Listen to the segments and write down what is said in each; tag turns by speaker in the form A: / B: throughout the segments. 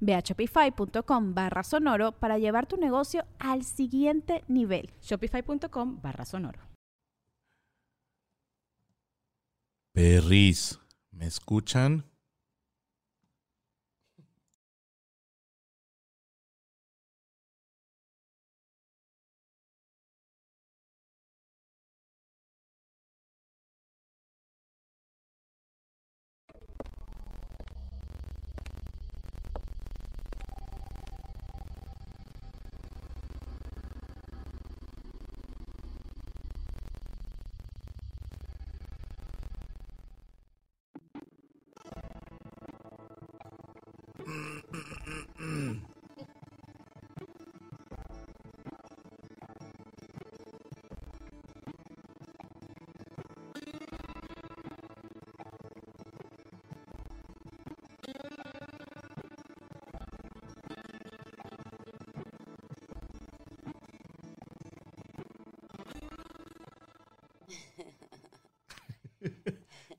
A: Ve a shopify.com barra sonoro para llevar tu negocio al siguiente nivel.
B: Shopify.com barra sonoro.
C: Perris, ¿me escuchan?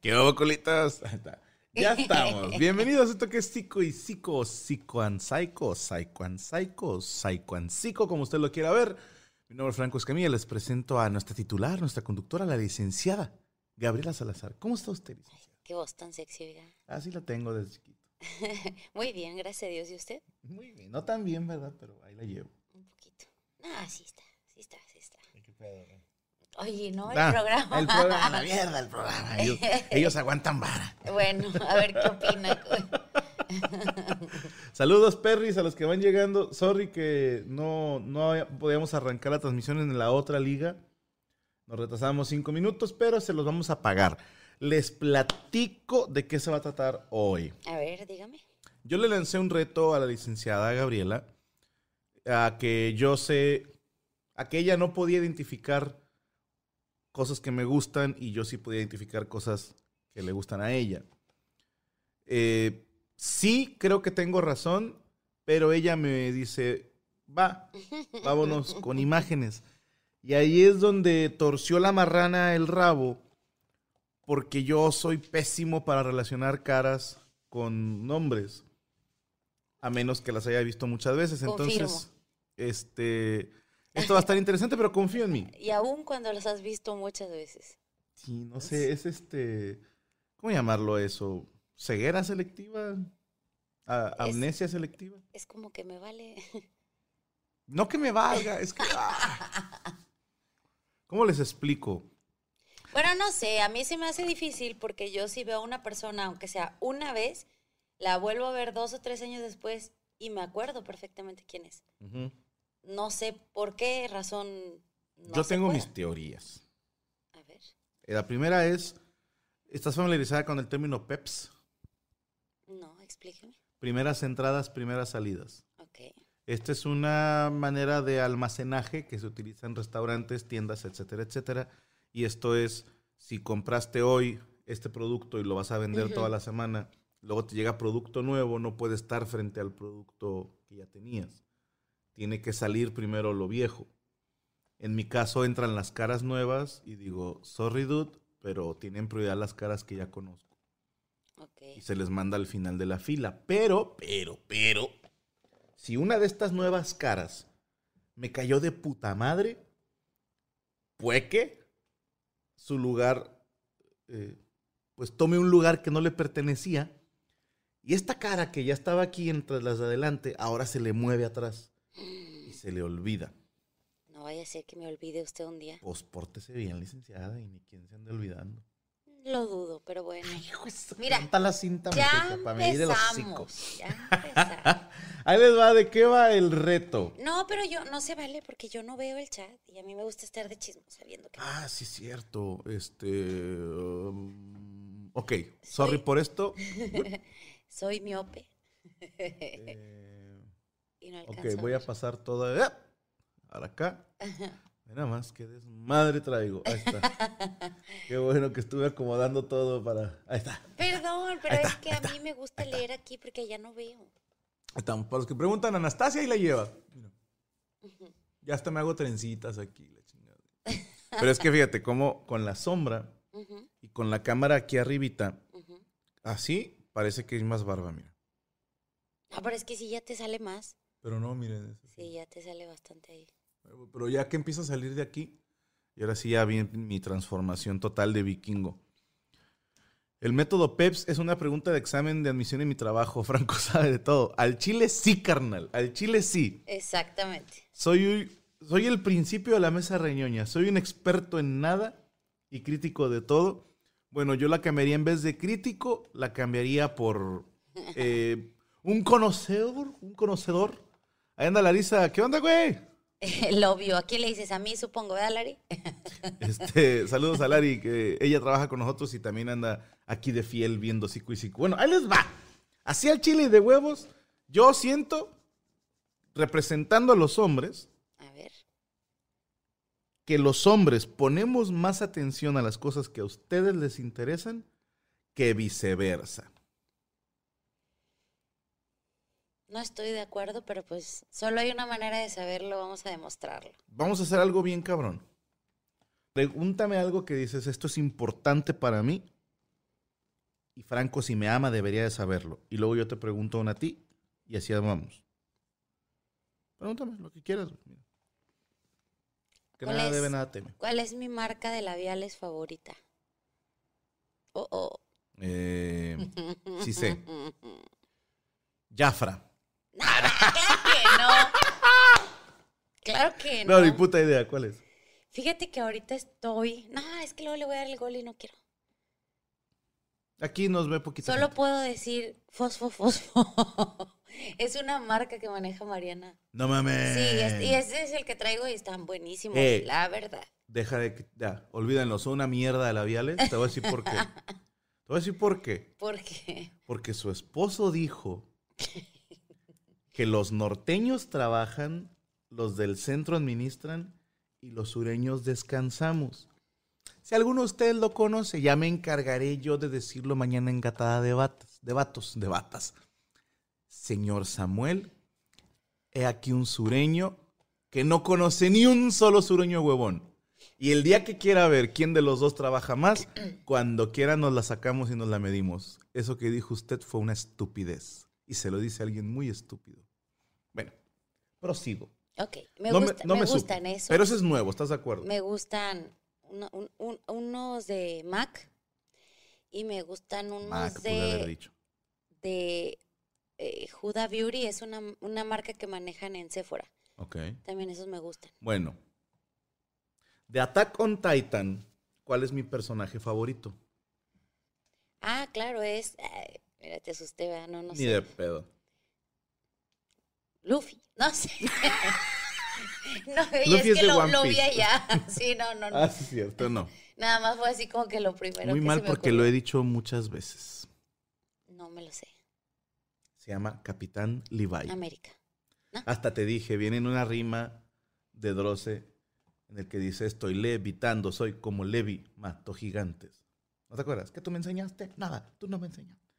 C: ¿Qué hubo, colitas? Ahí está. Ya estamos. Bienvenidos a esto que es Psico y Psico, Psico and Psycho, Psycho and Psycho, Psycho and Psico, como usted lo quiera ver. Mi nombre es Franco Escamilla. Les presento a nuestra titular, nuestra conductora, la licenciada Gabriela Salazar. ¿Cómo está usted, licenciada?
D: Qué voz tan sexy, oiga.
C: Así la tengo desde chiquito.
D: Muy bien, gracias a Dios. ¿Y usted?
C: Muy bien. No tan bien, ¿verdad? Pero ahí la llevo.
D: Un poquito. Ah, sí está, sí está, sí está.
C: ¿Qué pedo, eh?
D: Oye, no, el
C: Ah,
D: programa.
C: El programa, la mierda, el programa. Ellos, ellos aguantan vara.
D: Bueno, a ver qué opina.
C: Saludos, Perris, a los que van llegando. Sorry que no, no haya- podíamos arrancar la transmisión en la otra liga. Nos retrasamos cinco minutos, pero se los vamos a pagar. Les platico de qué se va a tratar hoy.
D: A ver, dígame.
C: Yo le lancé un reto a la licenciada Gabriela a que yo sé, a que ella no podía identificar cosas que me gustan y yo sí podía identificar cosas que le gustan a ella. Eh, sí creo que tengo razón, pero ella me dice, va, vámonos con imágenes. Y ahí es donde torció la marrana el rabo, porque yo soy pésimo para relacionar caras con nombres, a menos que las haya visto muchas veces. Entonces,
D: Confirmo.
C: este, esto va a estar interesante, pero confío en mí.
D: Y aún cuando las has visto muchas veces.
C: Sí, no sé, es este, ¿cómo llamarlo eso? ¿Ceguera selectiva? ¿A-
D: Es-
C: ¿Amnesia selectiva?
D: Es como que me vale.
C: No que me valga, es que... ah. ¿Cómo les explico?
D: Bueno, no sé, a mí se me hace difícil porque yo si veo a una persona, aunque sea una vez, la vuelvo a ver dos o tres años después y me acuerdo perfectamente quién es.
C: Ujú.
D: No sé por qué razón. No
C: Yo
D: se
C: tengo
D: pueda.
C: mis teorías.
D: A ver.
C: Eh, La primera es, ¿estás familiarizada con el término PEPS?
D: No, explíqueme.
C: Primeras entradas, primeras salidas.
D: Ok.
C: Esta es una manera de almacenaje que se utiliza en restaurantes, tiendas, etcétera, etcétera. Y esto es, si compraste hoy este producto y lo vas a vender
D: Ujú.
C: toda la semana, luego te llega producto nuevo, no puede estar frente al producto que ya tenías. Tiene que salir primero lo viejo. En mi caso entran las caras nuevas y digo, sorry dude, pero tienen prioridad las caras que ya conozco
D: Ok.
C: y se les manda al final de la fila. Pero, pero, pero, si una de estas nuevas caras me cayó de puta madre, puede que su lugar, eh, pues tome un lugar que no le pertenecía. Y esta cara que ya estaba aquí entre las de adelante, ahora se le mueve atrás y se le olvida.
D: No No vaya a ser que me olvide usted un día.
C: Pues pórtese bien, licenciada, y ni quién se ande olvidando.
D: Lo dudo, pero bueno.
C: Hijo de su-
D: Mira,
C: levanta la cinta,
D: Ya
C: muchacha, para medir el hocico.
D: empezamos. Ya empezamos.
C: Ahí les va, ¿de qué va el reto?
D: No, pero yo no se vale porque yo no veo el chat y a mí me gusta estar de chismosa viendo que.
C: Ah, sí, cierto. Este. um, ok, sorry
D: Soy-
C: por esto.
D: Soy miope
C: Eh,
D: y no alcanzo.
C: ok, voy a
D: ver.
C: pasar toda. ¡Ah! Para acá. Mira más, qué desmadre traigo. Ahí está. Qué bueno que estuve acomodando todo para. Ahí está.
D: Perdón, pero
C: Ahí
D: es
C: está,
D: que a mí me gusta leer aquí porque ya no veo.
C: Estamos. Para los que preguntan, Anastasia ahí la lleva. Mira. Ya hasta me hago trencitas aquí, la chingada. Pero es que fíjate cómo con la sombra
D: Ujú,
C: y con la cámara aquí arribita,
D: ujú.
C: así parece que es más barba, mira.
D: Ah, pero es que sí ya te sale más.
C: Pero no, miren. es así.
D: Sí, ya te sale bastante ahí.
C: Pero ya que empieza a salir de aquí, y ahora sí ya viene mi transformación total de vikingo. El método PEPS es una pregunta de examen de admisión en mi trabajo. Franco sabe de todo. Al chile sí, carnal. Al chile sí.
D: Exactamente.
C: Soy, soy el principio de la mesa reñoña. Soy un experto en nada y crítico de todo. Bueno, yo la cambiaría en vez de crítico, la cambiaría por eh, un conocedor. Un conocedor. Ahí anda Larisa. ¿Qué onda, güey?
D: Lo vio. ¿A quién le dices? A mí, supongo, ¿verdad, Lari?
C: Este, saludos a Lari, que ella trabaja con nosotros y también anda aquí de fiel viendo Sico y Sico. Bueno, ahí les va. Así al chile de huevos, yo siento, representando a los hombres,
D: A ver.
C: que los hombres ponemos más atención a las cosas que a ustedes les interesan que viceversa.
D: No estoy de acuerdo, pero pues solo hay una manera de saberlo, vamos a demostrarlo.
C: Vamos a hacer algo bien cabrón. Pregúntame algo que dices, esto es importante para mí. Y Franco, si me ama, debería de saberlo. Y luego yo te pregunto una a ti y así vamos. Pregúntame lo que quieras. güey. Mira. Que
D: ¿Cuál
C: nada
D: es?
C: debe, nada teme.
D: ¿Cuál es mi marca de labiales favorita? Oh, oh.
C: Eh, sí sé. Jafra.
D: Claro que no. Claro que
C: No,
D: no.
C: ni puta idea. ¿Cuál es?
D: Fíjate que ahorita estoy. No, es que luego le voy a dar el gol y no quiero.
C: Aquí nos ve poquito.
D: Solo puedo decir fosfo, fosfo. es una marca que maneja Mariana.
C: No mames.
D: Sí, es- y ese es el que traigo y están buenísimos,
C: Eh.
D: la verdad.
C: Deja de... que- Ya, olvídenlo. Son una mierda de labiales. Te voy a decir por qué. Te voy a decir por qué.
D: Porque
C: Porque su esposo dijo que los norteños trabajan, los del centro administran y los sureños descansamos. Si alguno de ustedes lo conoce, ya me encargaré yo de decirlo mañana en Gatada de Batas, de Batos, de Batas. Señor Samuel, he aquí un sureño que no conoce ni un solo sureño huevón. Y el día que quiera ver quién de los dos trabaja más, cuando quiera nos la sacamos y nos la medimos. Eso que dijo usted fue una estupidez. Y se lo dice alguien muy estúpido. Bueno, prosigo.
D: Ok, me,
C: No
D: gusta-
C: no
D: me
C: supo,
D: gustan esos.
C: Pero ese es nuevo, ¿estás de acuerdo?
D: Me gustan uno- un- un- unos de Mac y me gustan unos
C: Ah, que pude haber
D: de,
C: dicho.
D: de eh, Huda Beauty. Es una, una marca que manejan en Sephora.
C: Ok.
D: También esos me gustan.
C: Bueno. De Attack on Titan, ¿cuál es mi personaje favorito?
D: Ah, claro, es. ay, mira, te asusté, ¿verdad? No, no
C: Ni
D: sé.
C: de pedo.
D: Luffy, no sé. no, y
C: Luffy es
D: es que
C: de
D: lo,
C: One
D: lo vi
C: Piece.
D: allá. Sí, no, no, no.
C: Ah, sí, cierto, no.
D: Nada más fue así como que lo primero.
C: Muy
D: que se
C: mal
D: me
C: porque lo he dicho muchas veces.
D: ocurrió. No me lo sé.
C: Se llama Capitán Levi.
D: América.
C: Hasta te dije, viene en una rima de Droce en el que dice, estoy levitando, soy como Levi, mato gigantes. ¿No te acuerdas? ¿Que tú me enseñaste? Nada, tú no me enseñaste.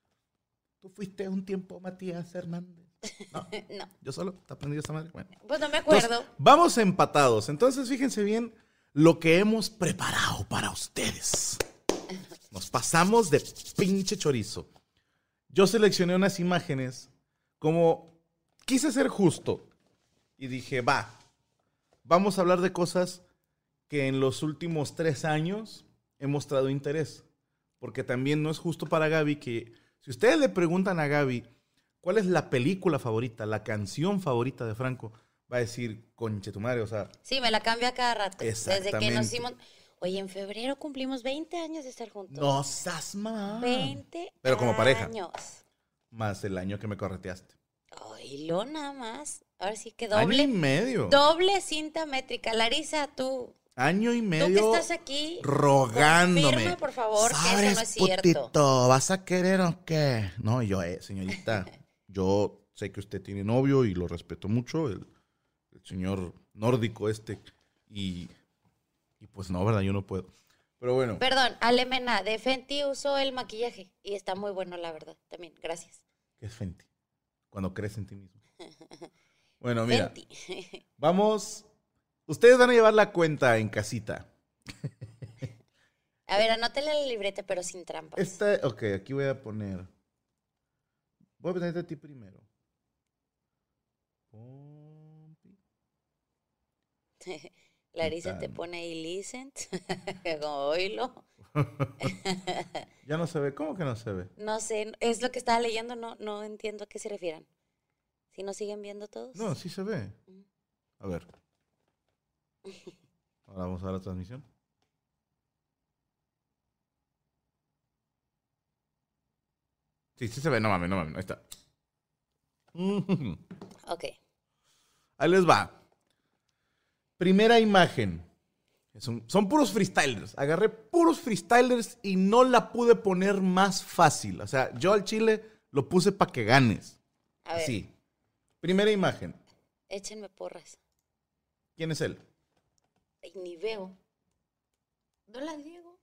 C: Tú fuiste un tiempo Matías Hernández. No,
D: No,
C: yo solo, ¿te aprendí esta madre? Bueno.
D: pues no me
C: Entonces,
D: acuerdo.
C: vamos empatados. Entonces, fíjense bien lo que hemos preparado para ustedes. Nos pasamos de pinche chorizo. Yo seleccioné unas imágenes como quise ser justo y dije, va, vamos a hablar de cosas que en los últimos tres años he mostrado interés. Porque también no es justo para Gaby que, si ustedes le preguntan a Gaby, ¿Cuál es la película favorita, la canción favorita de Franco? va a decir, conche tu madre, o sea,
D: Sí, me la cambia cada rato. Desde que
C: Exactamente.
D: nos hicimos. Oye, en febrero cumplimos 20 años de estar juntos.
C: no seas mamá.
D: 20
C: Pero como pareja.
D: años.
C: Más el año que me correteaste.
D: Ay, lo nada más. Ahora sí que
C: Año y
D: doble.
C: medio.
D: Doble cinta métrica. Larisa, tú.
C: Año y
D: Tú que
C: medio
D: estás aquí.
C: rogándome.
D: confirma, por favor, que eso no
C: ¿Sabes,
D: es cierto?
C: putito, ¿Vas a querer o qué? No, yo, eh, señorita, yo sé que usted tiene novio y lo respeto mucho, el, el señor nórdico este. Y, y pues no, ¿verdad? Yo no puedo. Pero bueno,
D: Perdón, Alemena, de Fenty usó el maquillaje. Y está muy bueno, la verdad. También, gracias.
C: ¿qué es Fenty? Cuando crees en ti mismo. Bueno, mira.
D: Fenty.
C: Vamos. Ustedes van a llevar la cuenta en casita.
D: A ver, anótale la libreta, pero sin trampas.
C: Esta, ok, aquí voy a poner. Voy a poner a ti primero. Pompi.
D: Larisa te
C: Tan.
D: pone ahí Licent, como oílo.
C: Ya no se ve. ¿Cómo que no se ve?
D: No sé, es lo que estaba leyendo, no, no entiendo a qué se refieran. Si nos siguen viendo todos.
C: No, sí se ve. A ver. Ahora vamos a la transmisión. Sí, sí se ve. No mames, no mames. Ahí está.
D: Ok.
C: Ahí les va. Primera imagen. Es un- son puros freestylers. Agarré puros freestylers y no la pude poner más fácil. O sea, yo al chile lo puse para que ganes.
D: A ver,
C: Así. Primera imagen.
D: échenme porras.
C: ¿Quién es él?
D: Ay, ni veo. No las digo.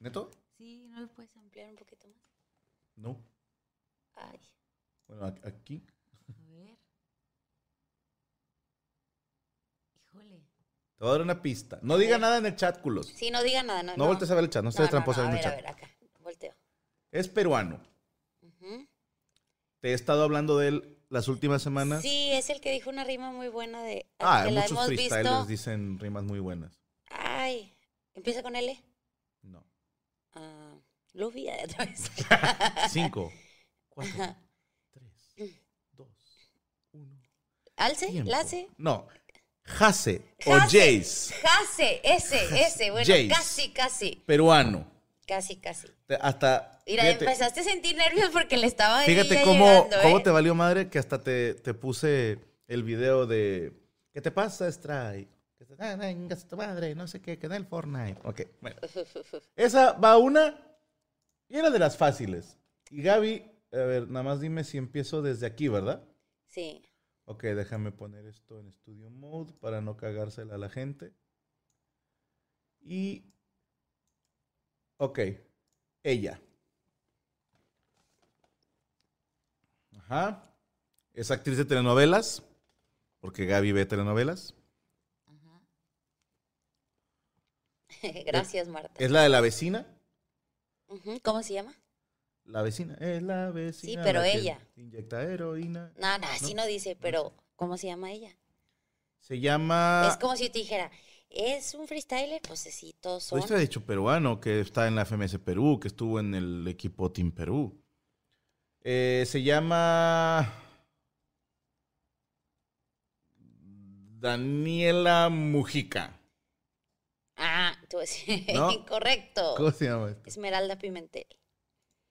C: ¿Neto?
D: Sí, no lo puedes ampliar un poquito más.
C: No.
D: Ay,
C: Bueno, a- aquí.
D: a ver. Híjole.
C: Te voy a dar una pista. No diga nada en el chat, culos.
D: Sí, no diga nada, no.
C: No, voltees a ver el chat. No
D: No, no,
C: seas tramposo
D: no,
C: en el
D: A ver, a
C: chat.
D: ver, acá. Volteo.
C: Es peruano.
D: Ujú.
C: Te he estado hablando de él las últimas semanas.
D: Sí, es el que dijo una rima muy buena de.
C: Ah,
D: que la
C: muchos
D: hemos
C: freestylers
D: visto.
C: dicen rimas muy buenas.
D: Ay, empieza con L.
C: No.
D: Ah, Luffy, ya otra vez.
C: 5, 4, 3, 2, 1.
D: Alce, Lace,
C: No. Jase o
D: Jase.
C: Jace,
D: Jase, ese, ese, bueno,
C: Jace.
D: casi, casi,
C: peruano.
D: casi, casi.
C: Te- Hasta.
D: Mira,
C: fíjate
D: empezaste a sentir nervios porque le estaba ahí
C: fíjate
D: ya
C: cómo,
D: llegando, ¿eh?
C: cómo te valió madre que hasta te, te puse el video de. ¿Qué te pasa, Stray? Que te ah, vengas a tu madre, no sé qué, que da el Fortnite. Ok, bueno. Esa va una. Y era de las fáciles. Y Gaby, a ver, nada más dime si empiezo desde aquí, ¿verdad?
D: Sí,
C: Ok, déjame poner esto en Studio Mode para no cagársela a la gente. Y... Ok, ella. Ajá. Es actriz de telenovelas, porque Gaby ve telenovelas.
D: gracias, Marta.
C: Es la de la vecina.
D: Ujú, ¿Cómo se llama?
C: La vecina, es la vecina. la
D: pero
C: que
D: ella.
C: Inyecta heroína.
D: No, no, así no, dice, pero ¿cómo se llama ella?
C: Se llama...
D: Es como si yo te dijera, ¿es un freestyler? Pues sí, todos son.
C: Usted ha dicho peruano, que está en la FMS Perú, que estuvo en el equipo Team Perú. Eh, se llama. Daniela Mujica.
D: Ah, tú es
C: No.
D: incorrecto.
C: ¿Cómo se llama esto?
D: Esmeralda Pimentel.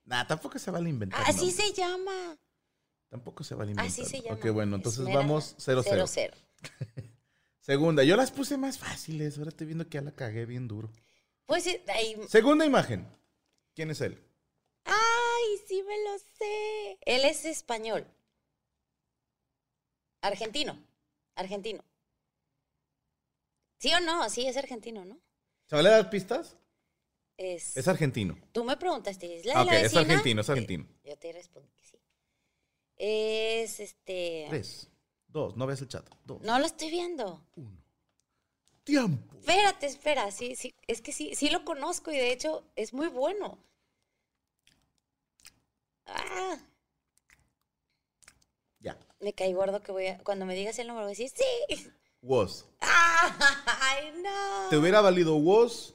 C: Nah, tampoco se vale inventar.
D: Así
C: nombres.
D: se llama.
C: Tampoco se vale inventar.
D: Así se llama.
C: nombres. Ok, bueno, entonces
D: Esmeralda
C: vamos 0-0.
D: 00.
C: Segunda, yo las puse más fáciles. Ahora estoy viendo que ya la cagué bien duro.
D: Pues eh, ahí.
C: Segunda imagen. ¿Quién es él?
D: ¡Ay, sí me lo sé! Él es español. Argentino. Argentino. ¿Sí o no? Sí, es argentino, ¿no?
C: ¿Se vale dar pistas?
D: Es.
C: Es argentino.
D: Tú me preguntaste, ¿es la
C: Ah,
D: de
C: ok,
D: la
C: es
D: vecina?
C: argentino, es argentino.
D: Yo te respondí que sí. Es este.
C: Tres, dos, no veas el chat. Dos,
D: No lo estoy viendo.
C: tiempo.
D: Espérate, espera, sí, sí, es que sí, sí lo conozco y de hecho es muy bueno. Ah,
C: Ya.
D: me caí gordo que voy a, cuando me digas el número voy a decir, sí.
C: Was.
D: Ay, no.
C: Te hubiera valido was.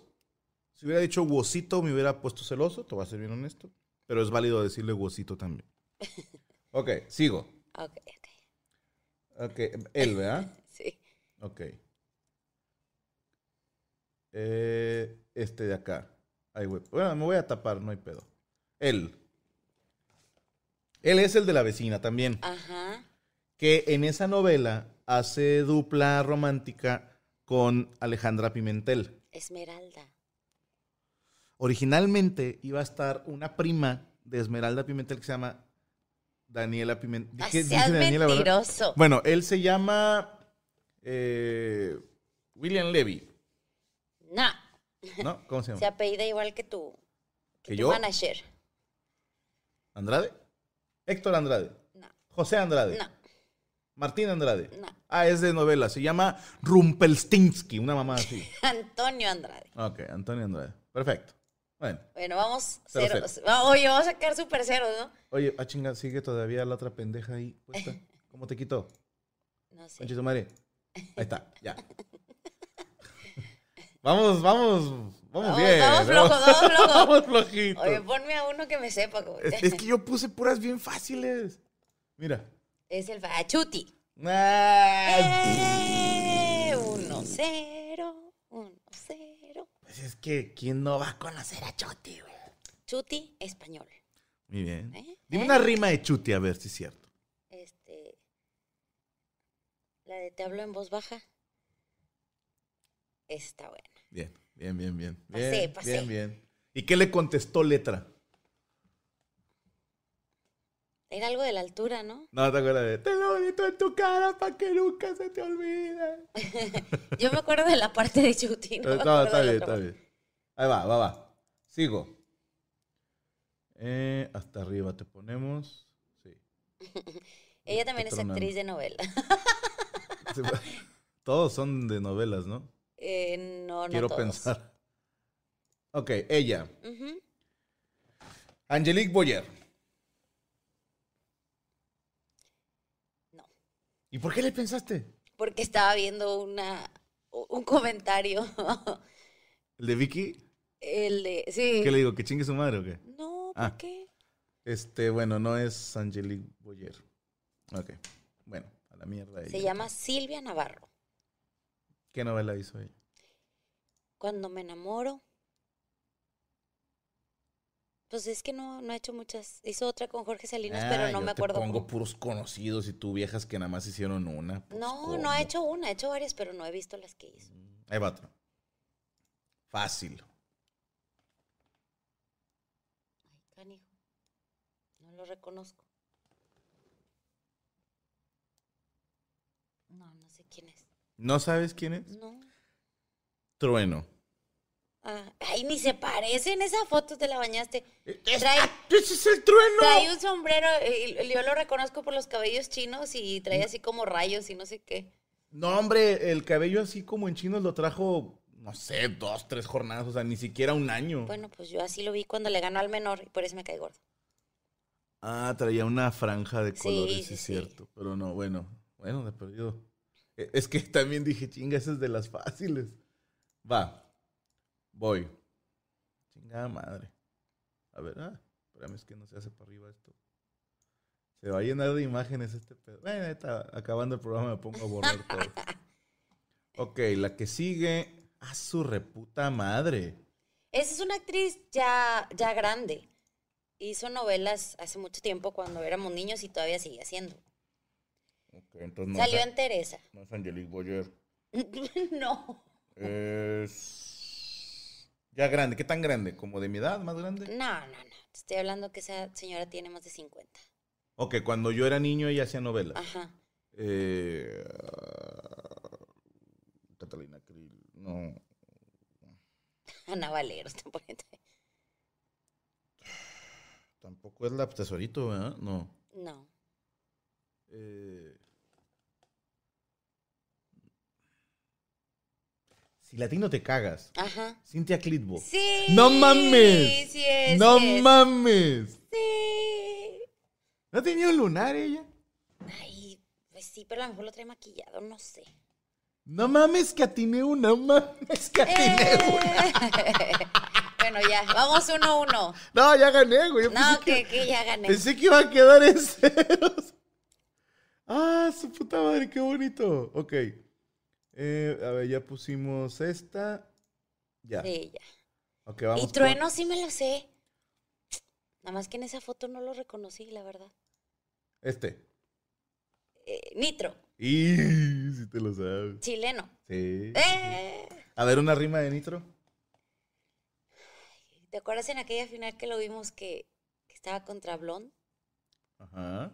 C: Si hubiera dicho wasito, me hubiera puesto celoso. Te voy a ser bien honesto. Pero es válido decirle wasito también. Ok, sigo.
D: Ok, ok,
C: Ok, él, ¿verdad?
D: sí.
C: Ok. Eh, este de acá. Ay, güey. Bueno, me voy a tapar, no hay pedo. Él. Él es el de la vecina también.
D: Ajá.
C: Que en esa novela hace dupla romántica con Alejandra Pimentel.
D: Esmeralda.
C: Originalmente iba a estar una prima de Esmeralda Pimentel que se llama Daniela Pimentel.
D: Ah, seas mentiroso.
C: Bueno, él se llama eh, William Levy,
D: No.
C: ¿no? ¿Cómo se
D: Se
C: llama?
D: apellida igual que tú.
C: ¿Que
D: tu
C: yo?
D: manager.
C: ¿Andrade? Héctor Andrade.
D: No.
C: José Andrade.
D: No.
C: Martín Andrade.
D: No.
C: Ah, es de novela. Se llama Rumpelstinsky, una mamá así.
D: Antonio Andrade.
C: ok, Antonio Andrade. Perfecto. Bueno,
D: Bueno, vamos
C: Cero,
D: ceros. Va- Oye, vamos a sacar super ceros, ¿no?
C: oye, ah, chinga, sigue todavía la otra pendeja ahí puesta. ¿Cómo te quitó?
D: No sé.
C: Conchito madre. Ahí está, ya. vamos, vamos, vamos,
D: Vamos,
C: bien.
D: vamos flojo, vamos flojo.
C: Vamos flojitos.
D: Oye, pues. ponme a uno que me sepa. como-
C: es, es que yo puse puras bien fáciles. Mira.
D: Es el Bachuti.
C: Ah,
D: Eh, uno cero. Uno cero.
C: pues es que, ¿quién no va a conocer a Chuti, güey?
D: Chuti español.
C: Muy bien.
D: ¿Eh?
C: Dime
D: ¿Eh?
C: una rima de Chuti, a ver si es cierto.
D: Este. La de te hablo en voz baja. Está buena.
C: Bien, bien, bien, bien.
D: Pasé,
C: Bien,
D: pasé.
C: Bien, bien. ¿Y qué le contestó letra?
D: Era algo de la altura, ¿no?
C: No te acuerdas de. Te lo bonito en tu cara para que nunca se te olvide.
D: Yo me acuerdo de la parte de Chuti. No,
C: Eh,
D: me
C: No,
D: acuerdo
C: está
D: de la
C: bien, está
D: otra parte.
C: bien. Ahí va, va, va. Sigo. Eh, hasta arriba te ponemos. Sí.
D: Ella también es
C: Está tronando.
D: actriz de novela.
C: Sí, va. Todos son de novelas, ¿no?
D: Eh, no, no.
C: Quiero
D: todos.
C: pensar. Ok, ella.
D: Ujú.
C: Angelique Boyer.
D: No.
C: ¿Y por qué le pensaste?
D: Porque estaba viendo una, un comentario.
C: ¿El de Vicky?
D: El de. Sí.
C: ¿Qué le digo? ¿Que chingue su madre o qué?
D: No, ¿por
C: Ah.
D: qué?
C: Este, bueno, no es Angelique Boyer. Ok. Bueno, a la mierda.
D: Se
C: ella.
D: llama Silvia Navarro.
C: ¿Qué novela hizo ella?
D: Cuando me enamoro. Pues es que no, no ha hecho muchas. Hizo otra con Jorge Salinas, pero
C: Ah,
D: no
C: yo
D: me acuerdo.
C: Te pongo
D: cómo.
C: puros conocidos y tú viejas que nada más hicieron una. pues,
D: no, no
C: ¿cómo?
D: ha hecho una, ha hecho varias, pero no he visto las que hizo.
C: Ahí va otro. Fácil.
D: Ay, canijo. No lo reconozco. No, no sé quién es.
C: ¿No sabes quién es?
D: No.
C: Trueno.
D: Ah, ay, ni se parece en esa foto, te la bañaste. Trae,
C: ¡Ese E, es el trueno!
D: trae un sombrero, eh, y yo lo reconozco por los cabellos chinos y
C: Mm.
D: trae así como rayos y no sé qué.
C: No, hombre, el cabello así como en chinos lo trajo, no sé, dos, tres jornadas, o sea, ni siquiera un año.
D: Bueno, pues yo así lo vi cuando le ganó al menor y por eso me caí gordo.
C: Ah, traía una franja de
D: Sí,
C: colores,
D: sí,
C: es
D: sí.
C: cierto. Pero no, bueno, bueno, de perdido. E- Es que también dije, chinga, esa es de las fáciles. Va, voy. Chingada madre. A ver, ah, espérame, es que no se hace para arriba esto. Se va a llenar de imágenes este pedo. Bueno, ahí está, acabando el programa me pongo a borrar todo. Ok, la que sigue. A su reputa madre.
D: Esa es una actriz ya, ya grande. Hizo novelas hace mucho tiempo cuando éramos niños y todavía sigue haciendo.
C: Ok, entonces no,
D: Salió
C: es,
D: en Teresa.
C: no es Angelique Boyer.
D: no.
C: Es. Ya grande, ¿qué tan grande? ¿Como de mi edad, más grande?
D: No, no, no. Te estoy hablando que esa señora tiene más de 50.
C: Ok, cuando yo era niño ella hacía novelas.
D: Ajá.
C: Eh, Catalina Krill, no.
D: Ana Valero está poniendo.
C: Tampoco es la tesorito, ¿verdad? No.
D: No.
C: Eh, Si latino te cagas.
D: Ajá.
C: Cintia Clitbo.
D: Sí.
C: ¡No mames!
D: Sí, es.
C: ¡No
D: sí es.
C: mames!
D: Sí.
C: ¿No tenía un lunar ella?
D: Ay, pues sí, pero a lo mejor lo trae maquillado, no sé.
C: No mames que atiné una, no mames que atiné una.
D: Eh. bueno, ya. Vamos uno a uno.
C: No, ya gané, güey. Yo
D: No,
C: pensé,
D: que,
C: Pues que,
D: que ya gané.
C: pensé que iba a quedar en ceros. Ah, su puta madre, qué bonito. Ok. Eh, a ver, ya pusimos esta. Ya.
D: Sí, ya.
C: Ok, vamos.
D: Y
C: con-
D: Trueno sí me lo sé. Nada más que en esa foto no lo reconocí, la verdad.
C: Este.
D: Eh, Nitro,
C: Y si te lo sabes.
D: chileno.
C: Sí.
D: ¡Eh!
C: A ver, una rima de Nitro.
D: ¿Te acuerdas en aquella final que lo vimos que, que estaba contra Blond?
C: Ajá.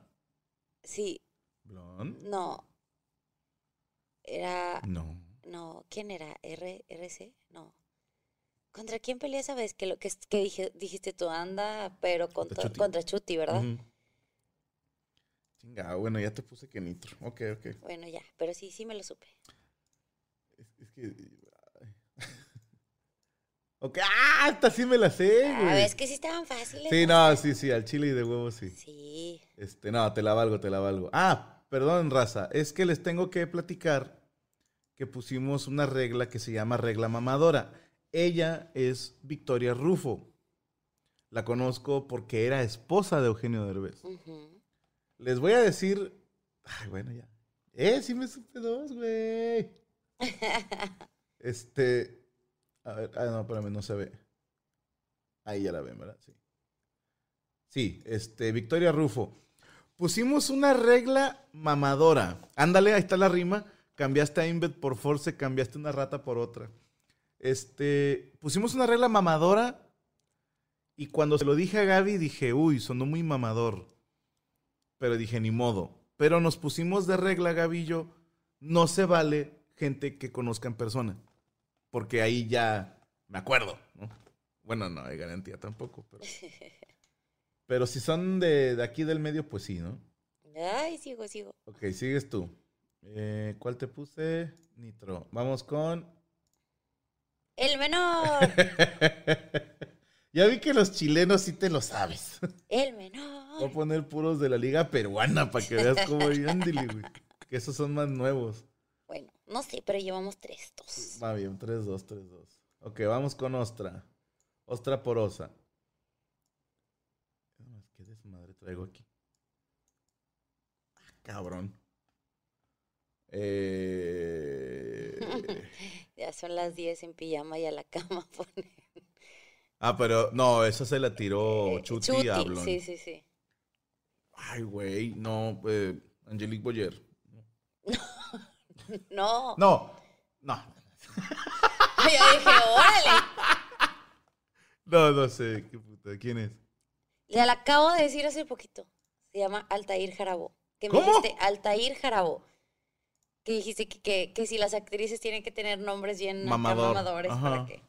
D: Sí,
C: Blond.
D: no. Era.
C: No.
D: No, ¿quién era? ¿R, ¿RC? No. ¿Contra quién peleé esa vez? Que, lo, que, que dije- dijiste tú anda, pero
C: Contra
D: contra,
C: Chuti.
D: contra Chuti, ¿verdad?
C: Ujú. Chinga, bueno, ya te puse que Nitro. Ok, ok.
D: Bueno, ya, pero sí, sí me lo supe.
C: Es, es que. ay. ok, ¡ah! Esta sí me la sé,
D: Ah,
C: güey.
D: es que sí estaban fáciles.
C: Sí, no, sí, sí, al chile y de huevo sí.
D: Sí.
C: Este, no, te la valgo, te la valgo. Ah, perdón, raza. Es que les tengo que platicar que pusimos una regla que se llama regla mamadora. Ella es Victoria Rufo. La conozco porque era esposa de Eugenio Derbez.
D: ujú.
C: Les voy a decir. Ay, bueno, ya. Eh, sí me supe dos, güey. Este. A ver, ah, no, espérame, no se ve. Ahí ya la ven, ¿verdad? Sí. Sí, este, Victoria Rufo. Pusimos una regla mamadora. Ándale, ahí está la rima. Cambiaste a Invet por Force, cambiaste una rata por otra. Este, pusimos una regla mamadora. Y cuando se lo dije a Gaby, dije, uy, sonó muy mamador. Pero dije, ni modo. Pero nos pusimos de regla, Gavillo, no se vale gente que conozca en persona. Porque ahí ya me acuerdo, ¿no? Bueno, no hay garantía tampoco, pero... Pero si son de, de aquí del medio, pues sí, ¿no?
D: Ay, sigo, sigo.
C: Ok, sigues tú. Eh, ¿Cuál te puse? Nitro. Vamos con...
D: El menor,
C: ya vi que los chilenos sí te lo sabes.
D: el
C: Voy a
D: menor.
C: poner puros de la liga peruana para que veas cómo... Ándale, güey. Que esos son más nuevos.
D: Bueno, no sé, pero llevamos tres, dos.
C: Va bien, 3-2, 3-2. Ok, vamos con Ostra. Ostra porosa. No, es que desmadre traigo aquí. Ah, cabrón. Eh...
D: Ya son las 10 en pijama y a la cama pone.
C: Ah, pero no, esa se la tiró
D: eh,
C: Oh, Chuti,
D: Chuti,
C: a Blon.
D: Sí, sí, sí.
C: Ay, güey, no, eh, Angelique Boyer.
D: No.
C: No, no,
D: Yo dije, órale.
C: no, no sé, qué puta, ¿quién es?
D: Le la acabo de decir hace poquito. Se llama Altair Jarabó. Que me
C: ¿Cómo?
D: dijiste Altair Jarabó. Que dijiste que, que, que si las actrices tienen que tener nombres bien acá
C: Mamador.
D: mamadores para
C: Ajá.
D: que.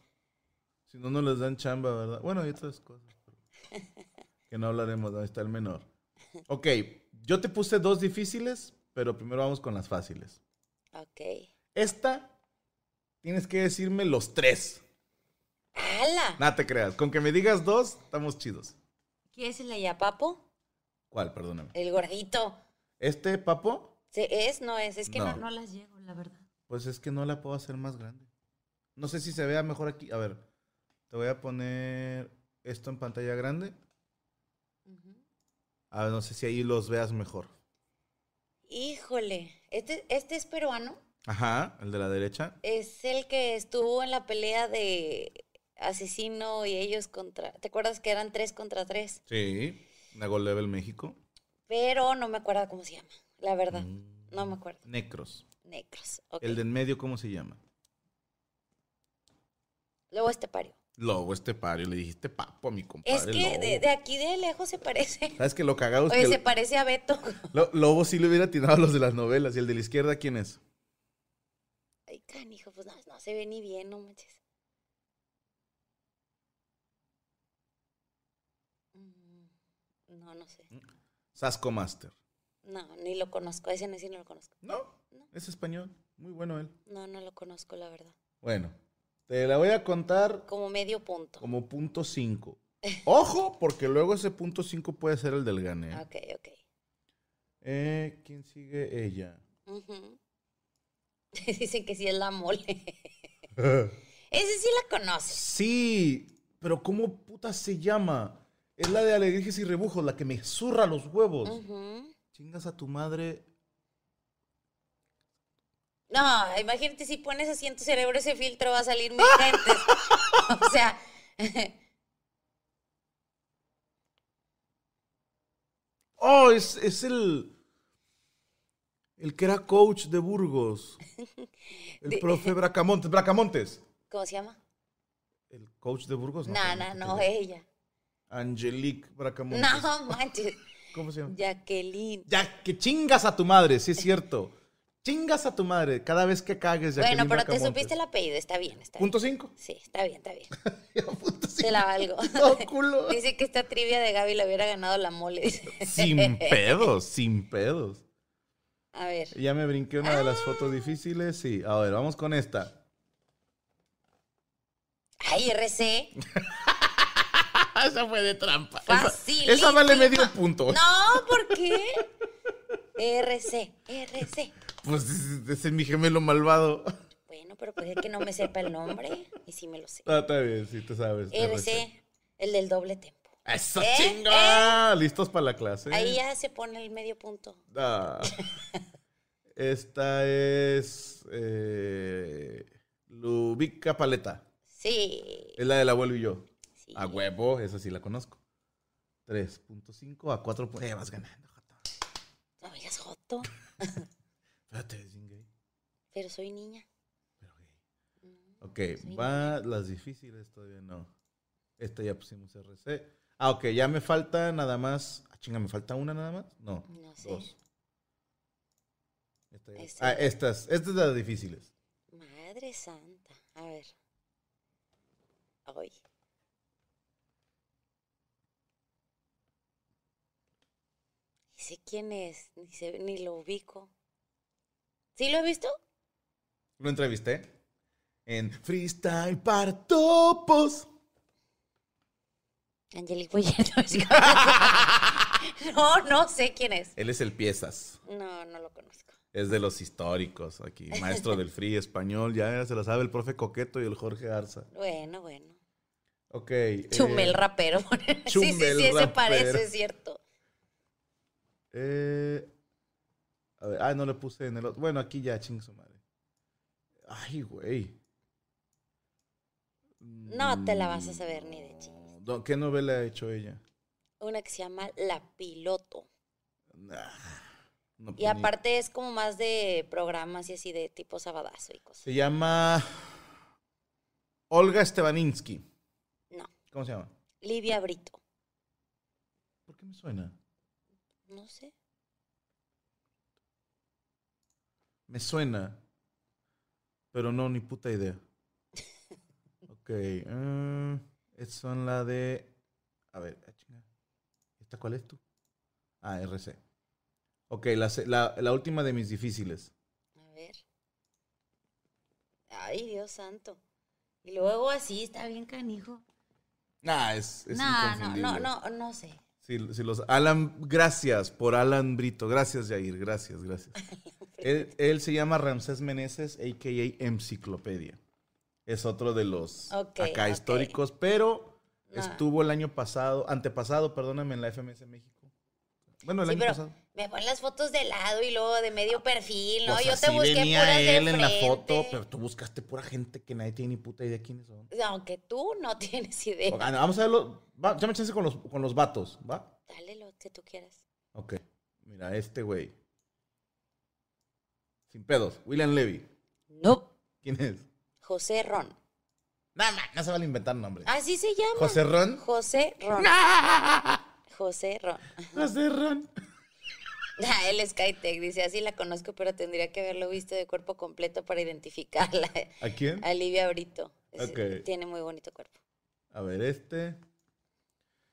C: Si no, no les dan chamba, ¿verdad? Bueno, y otras cosas. pero Que no hablaremos, ahí está el menor. Ok, yo te puse dos difíciles, pero primero vamos con las fáciles.
D: Ok.
C: Esta, tienes que decirme los tres.
D: ¡Hala!
C: Nada te creas, con que me digas dos, estamos chidos.
D: ¿Quién es el de Yapapo?
C: ¿Cuál? Perdóname.
D: El gordito.
C: Este, papo,
D: ¿Se es? No es. Es que no,
C: No.
D: no las llevo, la verdad.
C: pues es que no la puedo hacer más grande. No sé si se vea mejor aquí. A ver, te voy a poner esto en pantalla grande.
D: Ujú.
C: A ver, no sé si ahí los veas mejor.
D: Híjole. Este, este es peruano.
C: Ajá, el de la derecha.
D: Es el que estuvo en la pelea de asesino y ellos contra. ¿Te acuerdas que eran tres contra tres?
C: Sí, una Gold Level México.
D: Pero no me acuerdo cómo se llama, la verdad.
C: Mm.
D: No me acuerdo.
C: Necros.
D: Necros. ok.
C: El de en medio, ¿cómo se llama?
D: Luego este pario.
C: Lobo Estepario. Le dijiste papo a mi compadre.
D: Es que
C: Lobo.
D: de, de aquí de lejos se parece.
C: ¿Sabes que lo cagado es
D: Oye, se
C: que
D: parece a Beto.
C: Lo- Lobo sí le hubiera tirado a los de las novelas. ¿Y el de la izquierda quién es?
D: Ay, canijo, pues no, no se ve ni bien, no manches. Mm, No, no sé.
C: Sasco Master.
D: No, ni lo conozco. Ese no, sí no lo conozco.
C: No, es español. Muy bueno él.
D: No, no lo conozco, la verdad.
C: Bueno, te la voy a contar
D: Como medio punto.
C: como punto 5. Ojo, porque luego ese punto 5 puede ser el del Gane. ¿eh?
D: Ok, ok.
C: Eh, ¿Quién sigue ella?
D: Ujú. Dicen que sí es la mole. Ese sí la conoces.
C: Sí, pero ¿cómo puta se llama? Es la de alegrijes y rebujos, la que me zurra los huevos.
D: Ujú.
C: Chingas a tu madre.
D: No, imagínate si pones así en tu cerebro ese filtro, va a salir mil gentes. o sea.
C: Oh, es, es el. El que era coach de Burgos. El
D: De-
C: profe Bracamontes. Bracamontes.
D: ¿Cómo se llama?
C: El coach de Burgos.
D: Nana,
C: espérame,
D: Pues no,
C: ¿qué te digo?
D: ella.
C: Angelique Bracamontes.
D: No, manches.
C: ¿Cómo se llama?
D: Jacqueline.
C: Ya, que chingas a tu madre, sí es cierto. chingas a tu madre cada vez que cagues.
D: Bueno, pero te supiste el apellido, está bien, está bien.
C: Punto cinco.
D: Sí, está bien, está bien.
C: Punto
D: Te
C: cinco.
D: la valgo.
C: No, culo.
D: Dice que esta trivia de Gaby la hubiera ganado la mole. dice.
C: Sin pedos, sin pedos.
D: A ver.
C: Ya me brinqué una de las fotos difíciles. Sí, a ver, vamos con esta.
D: Ay, RC.
C: Ah, Esa fue de trampa.
D: Fácil.
C: Esa vale medio punto.
D: No, ¿por qué? RC, RC.
C: Pues ese ese es mi gemelo malvado.
D: Bueno, pero puede que no me sepa el nombre. Y sí me lo sé.
C: Ah, está bien, sí, te sabes. te recho.
D: RC, el del doble tempo.
C: Eso,
D: ¿Eh?
C: chinga. Listos para la clase.
D: Ahí ya se pone el medio punto.
C: Ah. Esta es. eh, Lubica Paleta.
D: Sí.
C: Es la del abuelo y yo.
D: sí.
C: A huevo, esa sí la conozco. 3.5 a 4. Eh, vas ganando, Jota.
D: No me digas Joto,
C: Espérate, es bien gay,
D: pero soy niña. Mm,
C: pero gay. Ok, va las difíciles todavía no. Esta ya pusimos RC. Ah, ok, ya me falta nada más. Ah, chinga, ¿me falta una nada más? No.
D: No sé.
C: Dos. Esta ya-
D: Esa.
C: Ah, estas. Estas son las difíciles.
D: Madre santa. A ver. Ay. Ni sé quién es, ni, sé- ni lo ubico. ¿Sí lo he visto?
C: Lo entrevisté en Freestyle para Topos.
D: Angelique Boyer, no, es como- no, no sé quién es.
C: Él es el Piezas.
D: No, no lo conozco.
C: Es de los históricos aquí. Maestro del free español. Ya se la sabe el profe Coqueto y el Jorge Arza.
D: Bueno, bueno.
C: Ok.
D: Chumel
C: eh,
D: rapero. sí, sí,
C: Chumel
D: sí, ese
C: rapero.
D: parece, es cierto.
C: eh, a ver, ah, no le puse en el otro. Bueno, aquí ya, ching su madre. Ay, güey.
D: No te la vas a saber ni de chiste.
C: Mm, No, ¿Qué novela ha hecho ella?
D: Una que se llama La Piloto.
C: Nah, no,
D: Y
C: pues, ni-
D: aparte es como más de programas y así de tipo sabadazo y cosas.
C: Se llama Olga Stevaninsky.
D: No.
C: ¿Cómo se llama?
D: Livia Brito.
C: ¿Por qué me suena?
D: No sé.
C: Me suena. Pero no, ni puta idea. Ok. mm, es- son la de. A ver, ah, chinga. ¿Esta cuál es tú? Ah, RC. Ok, la, se- la- la última de mis difíciles.
D: A ver. Ay, Dios santo. Y luego así está bien canijo.
C: Nah, es. es
D: no, no,
C: inconfundible.
D: no, no, no sé.
C: Sí, sí los, Alan, gracias por Alan Brito. Gracias, Jair. Gracias, gracias. él, él se llama Ramsés Meneses, a.k.a. Enciclopedia. Es otro de los
D: Ok,
C: acá
D: ok. Ah.
C: históricos, pero
D: No.
C: estuvo el año pasado, antepasado, perdóname, en la FMS México. Bueno, el
D: Sí,
C: año
D: pero
C: pasado.
D: me ponen las fotos de lado y luego de medio perfil, ¿no?
C: Pues
D: Yo te
C: así
D: busqué
C: venía
D: puras de
C: él en la foto,
D: frente.
C: pero tú buscaste pura gente que nadie tiene ni puta idea quiénes son.
D: Aunque tú no tienes idea.
C: Ok, vamos a verlo. Va, ya me chance con los, con los vatos, ¿va?
D: Dale lo que tú quieras.
C: Ok. Mira, este güey. Sin pedos. William Levy.
D: No.
C: ¿Quién es?
D: José Ron.
C: Nada, más, no se vale inventar nombres.
D: Así se llama.
C: José Ron.
D: José Ron. José Ron.
C: José Ron.
D: Ah, el Skytech dice, así la conozco, pero tendría que haberlo visto de cuerpo completo para identificarla.
C: ¿A quién?
D: A Livia Brito. Es-
C: Ok.
D: Tiene muy bonito cuerpo.
C: A ver, este.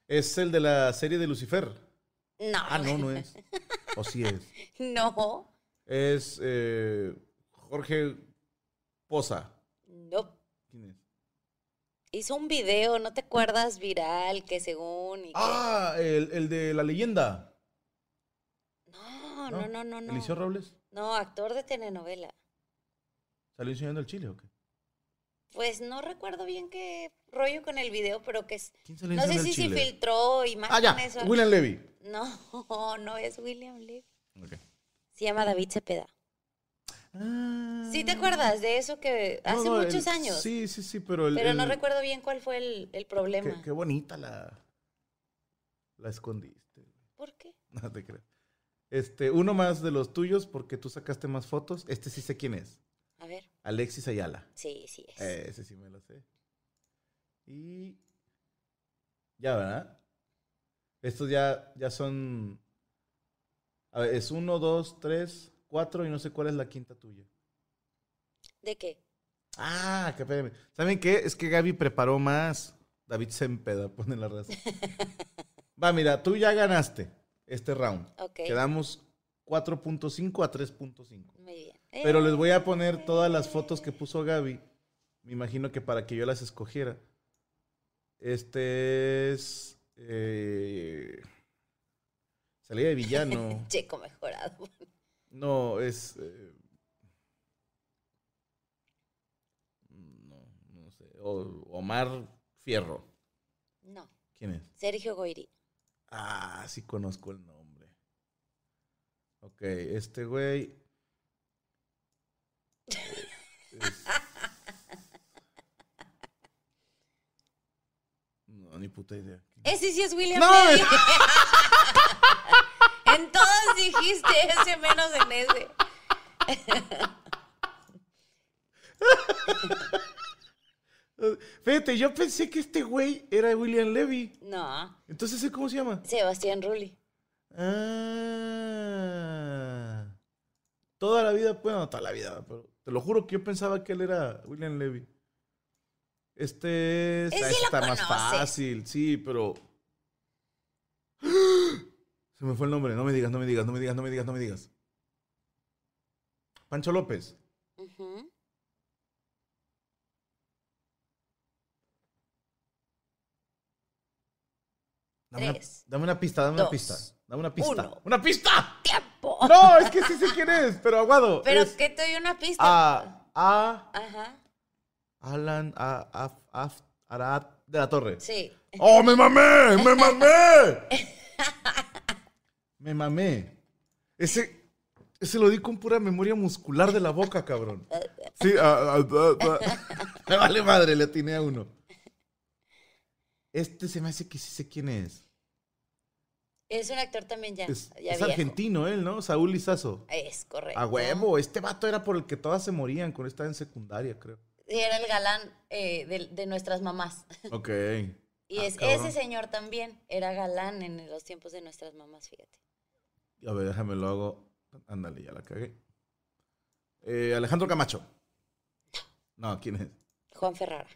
C: Es el de la serie de Lucifer.
D: No.
C: Ah, no, no es. O sí es.
D: No.
C: Es eh, Jorge Poza.
D: No.
C: ¿Quién es?
D: Hizo un video, ¿no te acuerdas? Viral, que según... y que-
C: Ah, el, el de la leyenda.
D: No, no, no, no, no.
C: Eliseo Robles.
D: No, actor de telenovela.
C: ¿Salió enseñando el Chile o qué?
D: Pues no recuerdo bien qué rollo con el video, pero que es...
C: ¿Quién salió
D: No sé
C: enseñando
D: si
C: el
D: se
C: Chile?
D: filtró
C: Ah, ya.
D: imágenes o...
C: William Levy.
D: No, no es William Lee.
C: Ok.
D: Se llama David Cepeda. ¿Sí te acuerdas de eso que
C: Ah. No,
D: hace
C: no, el-
D: muchos años?
C: Sí, sí, sí, pero el.
D: Pero no
C: el-
D: recuerdo bien cuál fue el, el problema.
C: Qué, qué bonita la. La escondiste.
D: ¿Por qué?
C: No te creas. Este, uno más de los tuyos, porque tú sacaste más fotos. Este sí sé quién es.
D: A ver.
C: Alexis Ayala.
D: Sí, sí es.
C: Eh, Ese sí me lo sé. Y. Ya, ¿verdad? Estos ya, ya son. A ver, es uno, dos, tres, cuatro y no sé cuál es la quinta tuya.
D: ¿De qué?
C: Ah, que espérame. ¿Saben qué? Es que Gaby preparó más. David se empeda, pone la raza. Va, mira, tú ya ganaste este round.
D: Ok.
C: Quedamos 4.5 a 3.5.
D: Muy bien.
C: Pero
D: Eh,
C: les voy a poner todas las fotos que puso Gaby. Me imagino que para que yo las escogiera. Este es. eh, salida de villano.
D: Checo mejorado.
C: No, es. eh, mm, no, no sé. O- Omar Fierro.
D: No.
C: ¿Quién es?
D: Sergio Goiri.
C: Ah, sí conozco el nombre. Ok, este güey. es- No, ni puta idea.
D: Ese sí es William
C: No,
D: Levy. en todos dijiste ese menos en ese.
C: Fíjate, yo pensé que este güey era William Levy.
D: No.
C: Entonces, ¿él ¿cómo se llama?
D: Sebastián Rulli.
C: Ah. Toda la vida, bueno, toda la vida, pero te lo juro que yo pensaba que él era William Levy. Este es-
D: Ese
C: ah,
D: sí lo
C: está más
D: conoces.
C: fácil, sí, pero. ¡Ah! Se me fue el nombre, no me digas, no me digas, no me digas, no me digas, no me digas. Pancho López.
D: Ujú.
C: Dame una,
D: Tres,
C: dame una pista, dame una
D: dos,
C: pista. Dame una pista.
D: uno.
C: ¡Una pista!
D: ¡Tiempo!
C: No, es que sí sé quién es, pero aguado.
D: Pero
C: es Ah.
D: que te doy una pista.
C: A, A,
D: Ajá.
C: Alan a, Af- Af- Arad de la Torre.
D: Sí.
C: ¡Oh, me mamé! ¡Me mamé! me mamé. Ese, ese lo di con pura memoria muscular de la boca, cabrón. Sí, ah, ah, ah, ah. me vale madre, le atiné a uno. Este se me hace que sí sé quién es.
D: Es un actor también ya.
C: Es,
D: ya
C: es
D: viejo.
C: argentino él, ¿no? Saúl Lizazo.
D: Es correcto.
C: A huevo, este vato era por el que todas se morían cuando estaba en secundaria, creo.
D: Y era el galán eh, de, de nuestras mamás.
C: Ok.
D: Y
C: Ah,
D: es,
C: cabrón.
D: ese señor también era galán en los tiempos de nuestras mamás, fíjate.
C: A ver, déjame lo hago. Ándale, ya la cagué. Eh, Alejandro Camacho. No, ¿quién es?
D: Juan Ferrara.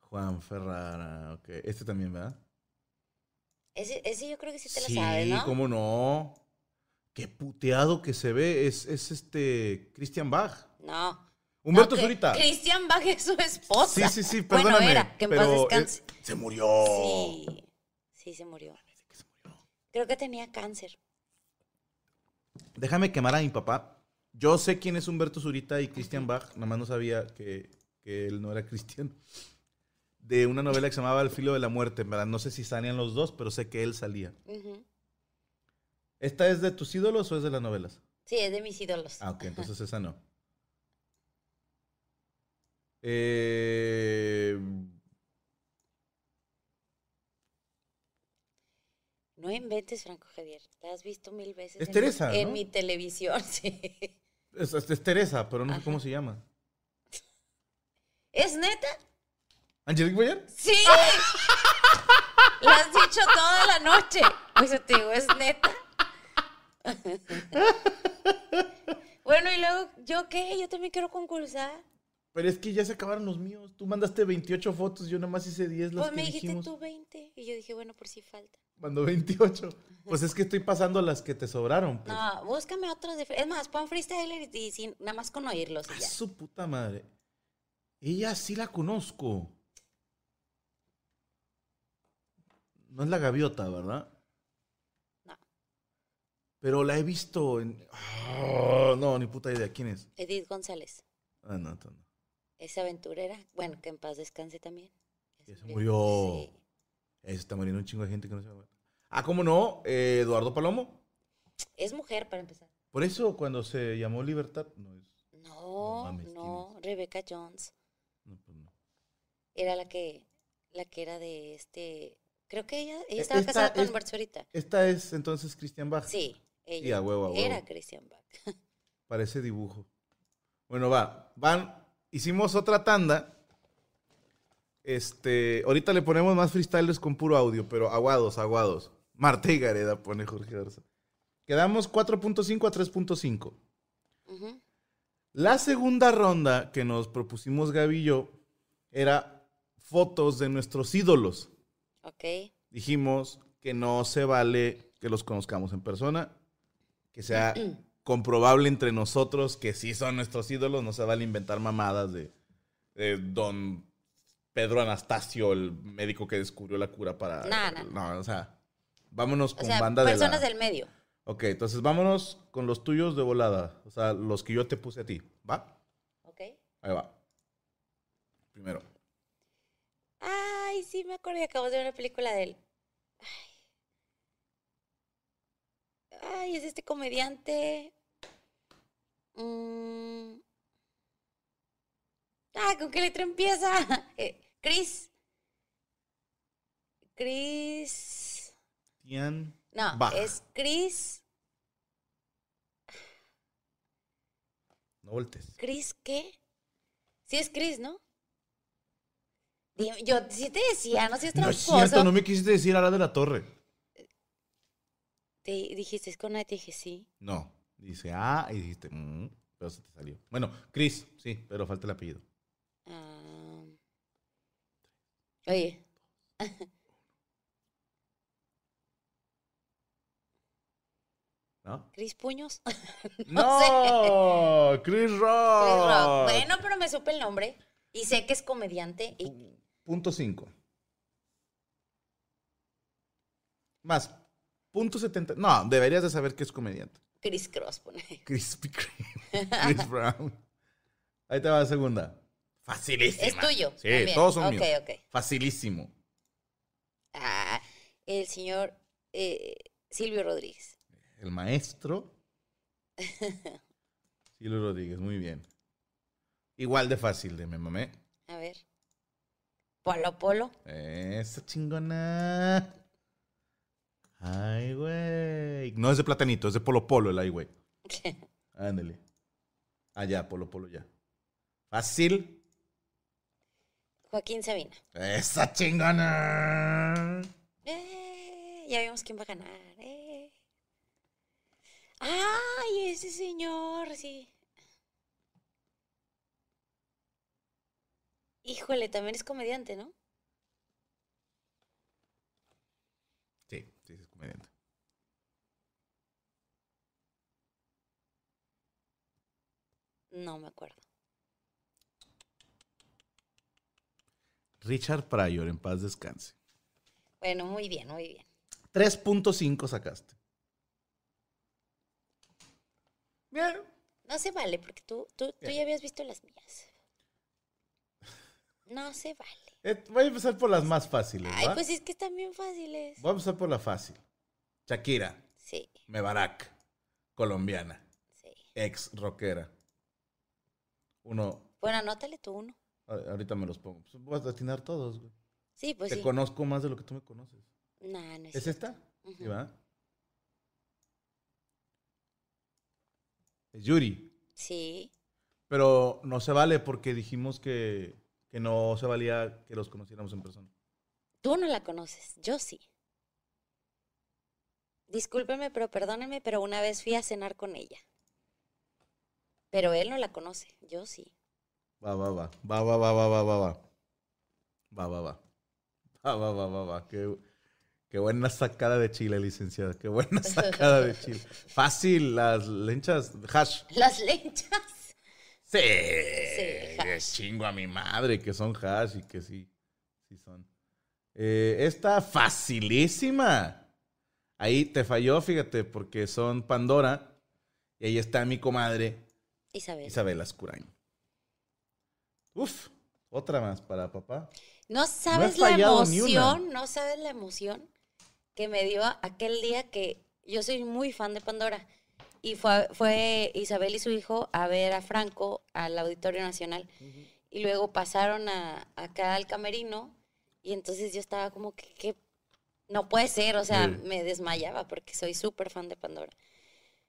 C: Juan Ferrara. Ok, este también, ¿verdad?
D: Ese, ese yo creo que sí te lo sabes, ¿no?
C: cómo no. Qué puteado que se ve. Es, es este. Christian Bach.
D: No.
C: Humberto
D: No, que
C: Zurita.
D: Cristian Bach es su
C: Sí,
D: esposa.
C: sí, sí,
D: Bueno,
C: perdóname.
D: era, que en paz
C: pero
D: descanse.
C: es- Oh. se murió.
D: Sí. Sí, se murió. Creo que tenía cáncer.
C: Déjame quemar a mi papá. Yo sé quién es Humberto Zurita y Christian Bach, nada más no sabía que, que él no era cristiano. De una novela que se llamaba El filo de la muerte, en ¿verdad? No sé si salían los dos, pero sé que él salía.
D: Ujú.
C: ¿Esta es de tus ídolos o es de las novelas?
D: Sí, es de mis ídolos.
C: Ah, ok, entonces esa no. Eh,
D: No inventes, Franco Javier. La has visto mil veces.
C: Es
D: en mi-
C: Teresa,
D: En
C: ¿no?
D: mi televisión, sí.
C: es, es- es Teresa, pero no sé
D: Ajá.
C: cómo se llama.
D: ¿Es neta?
C: ¿Angelique Boyer?
D: ¡Sí! Lo has dicho toda la noche. Pues yo te digo, es neta. bueno, y luego, ¿yo qué? Yo también quiero concursar.
C: Pero es que ya se acabaron los míos. Tú mandaste 28 fotos, yo nada más hice 10 las
D: Pues
C: que
D: me dijiste
C: dijimos.
D: tú 20. Y yo dije, bueno, por si falta.
C: Cuando 28. Pues es que estoy pasando las que te sobraron. Pues.
D: No, búscame otros. de- Es más, pon freestyler y, y sin- nada más con oírlos
C: A
D: y ya.
C: su puta madre. Ella sí la conozco. No es la gaviota, ¿verdad?
D: No.
C: Pero la he visto en. Ah, no, ni puta idea. ¿Quién es?
D: Edith González,
C: Ah, no, no, no.
D: es aventurera. Bueno, que en paz descanse también. Este,
C: Ya se murió.
D: Sí.
C: Eh, se está muriendo un chingo de gente que no se llama. Ah, ¿cómo no? Eh, Eduardo Palomo.
D: Es mujer, para empezar.
C: Por eso cuando se llamó Libertad. No es.
D: No, no,
C: mames, ¿quién
D: Rebecca Jones
C: No, pues no.
D: era la que, la que era de este. Creo que ella,
C: E-
D: ella estaba
C: esta
D: casada
C: es-
D: con Bart ahorita.
C: Esta es entonces Christian Bach.
D: Sí, ella.
C: a huevo, a huevo.
D: Era Christian Bach.
C: Parece dibujo. Bueno, va. Van. Hicimos otra tanda. Este. Ahorita le ponemos más freestyles con puro audio, pero aguados, aguados. Marta y Gareda, pone Jorge Garza. Quedamos 4.5 a 3.5.
D: Ujú.
C: La segunda ronda que nos propusimos Gaby y yo era fotos de nuestros ídolos.
D: Ok.
C: Dijimos que no se vale que los conozcamos en persona, que sea comprobable entre nosotros que sí son nuestros ídolos, no se vale inventar mamadas de, de don Pedro Anastasio, el médico que descubrió la cura para...
D: Nah, nah.
C: No, o sea, vámonos
D: O
C: con
D: sea,
C: banda de la-
D: personas del medio.
C: Ok, entonces vámonos con los tuyos de volada, o sea, los que yo te puse a ti, ¿va?
D: Ok.
C: Ahí va. Primero.
D: Ay, sí, me acuerdo. y Acabamos de ver una película de él. Ay, Ay, es este comediante. Mm. Ah, ¿con qué letra empieza? Eh, Chris. Chris.
C: Tian.
D: No,
C: Bach.
D: es Chris.
C: No voltes.
D: ¿Chris qué? Sí es Chris, ¿no? Dime, Yo sí te decía, no seas
C: No es
D: tramposo.
C: cierto, no me quisiste decir Ara de la Torre.
D: Te dijiste, es con una, y te dije sí.
C: No. Dice, ah, y dijiste, mm, pero se te salió. Bueno, Chris, sí, pero falta el apellido.
D: Ah. Oye.
C: ¿No?
D: Cris Puños.
C: ¡No! ¡Chris Rock!
D: Chris
C: Oh.
D: Rock. Bueno, pero me supe el nombre. Y sé que es comediante. Y
C: Punto 5. Más. Punto 70. No, deberías de saber que es comediante.
D: Chris Cross pone.
C: Crispy Kreme. Chris Brown. Ahí te va la segunda. Facilísima.
D: Es tuyo.
C: Sí,
D: también.
C: todos son
D: Ok,
C: míos.
D: ok.
C: Facilísimo.
D: Ah, el señor eh, Silvio Rodríguez.
C: El maestro. Silvio Rodríguez, muy bien. Igual de fácil de me mamé.
D: A ver. Polo Polo.
C: Esa chingona. Ay, güey. No es de platanito, es de Polo Polo el ay, güey. Ándale. Ah, ya, Polo Polo ya. Fácil.
D: Joaquín Sabina.
C: Esa chingona.
D: Eh, ya vimos quién va a ganar. eh. Ay, ese señor, sí. Híjole, también es comediante, ¿no?
C: Sí, sí, es comediante.
D: No me acuerdo.
C: Richard Pryor, en paz descanse.
D: Bueno, muy bien, muy bien.
C: 3.5 sacaste. Bien.
D: No se vale, porque tú, tú, tú
C: Eh.
D: ya habías visto las mías. No se vale.
C: Eh, Voy a empezar por las más fáciles.
D: Ay,
C: ¿va?
D: pues es que están bien fáciles.
C: Voy a empezar por la fácil. Shakira,
D: Sí,
C: Mebarak, colombiana,
D: sí.
C: ex rockera. Uno,
D: Bueno, anótale tú uno.
C: a- ahorita me los pongo. Pues vas a atinar todos, güey.
D: Sí, pues
C: Te
D: sí.
C: conozco más de lo que tú me conoces.
D: No, no es
C: ¿Es
D: cierto.
C: esta?
D: Ujú.
C: Sí, ¿verdad? Es Yuri.
D: Sí.
C: Pero no se vale porque dijimos que, que no se valía que los conociéramos en persona.
D: Tú no la conoces, yo sí. Discúlpeme, pero perdónenme, pero una vez fui a cenar con ella. Pero él no la conoce, yo sí.
C: Va, va, va. Va, va, va, va, va, va, va. Va, va, va. Va, va, va, va, va. Qué, qué buena sacada de Chile, licenciada. Qué buena sacada de Chile. Fácil, las lenchas. Hash.
D: Las lenchas.
C: Sí.
D: hash.
C: le chingo a mi madre que son hash y que sí. Sí son. Eh, esta facilísima. Ahí te falló, fíjate, porque son Pandora. Y ahí está mi comadre,
D: Isabel.
C: Isabel Ascurain. Uf, otra más para papá.
D: No sabes la
C: fallado ni una.
D: emoción, no sabes la emoción que me dio aquel día que yo soy muy fan de Pandora. Y fue, fue Isabel y su hijo a ver a Franco al Auditorio Nacional. Y luego pasaron a, acá al camerino. Y entonces yo estaba como que, que no puede ser. O sea,
C: Sí.
D: me desmayaba porque soy súper fan de Pandora.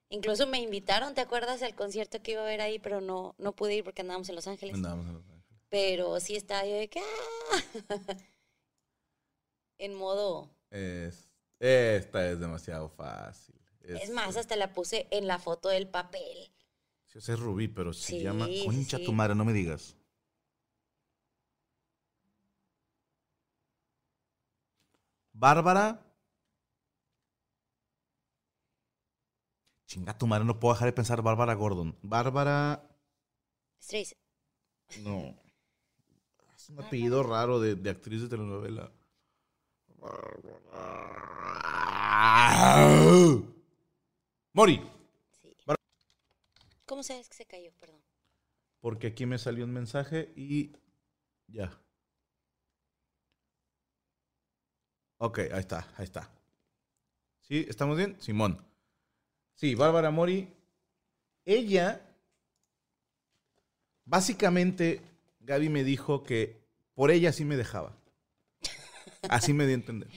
D: Incluso me invitaron, ¿te acuerdas? Al concierto que iba a ver ahí, pero no, no pude ir porque andábamos en Los Ángeles.
C: Andábamos en Los Ángeles.
D: Pero sí estaba yo de que... "Ah". en modo...
C: Es- esta es demasiado fácil.
D: Es más,
C: Este.
D: hasta la puse en la foto del papel.
C: Sí, o sea, es Rubí, pero se
D: Sí,
C: llama
D: sí,
C: Concha
D: sí.
C: tu madre, no me digas. Bárbara. Chinga tu madre, no puedo dejar de pensar Bárbara Gordon. Bárbara.
D: Streis,
C: No. Es un apellido raro de, de actriz de telenovela. Mori.
D: sí. ¿Cómo sabes que se cayó? Perdón.
C: Porque aquí me salió un mensaje y ya. Ok, ahí está, ahí está. ¿Sí? ¿Estamos bien? Simón. Sí, Bárbara Mori. Ella, básicamente, Gaby me dijo que por ella sí me dejaba. Así me di a entender.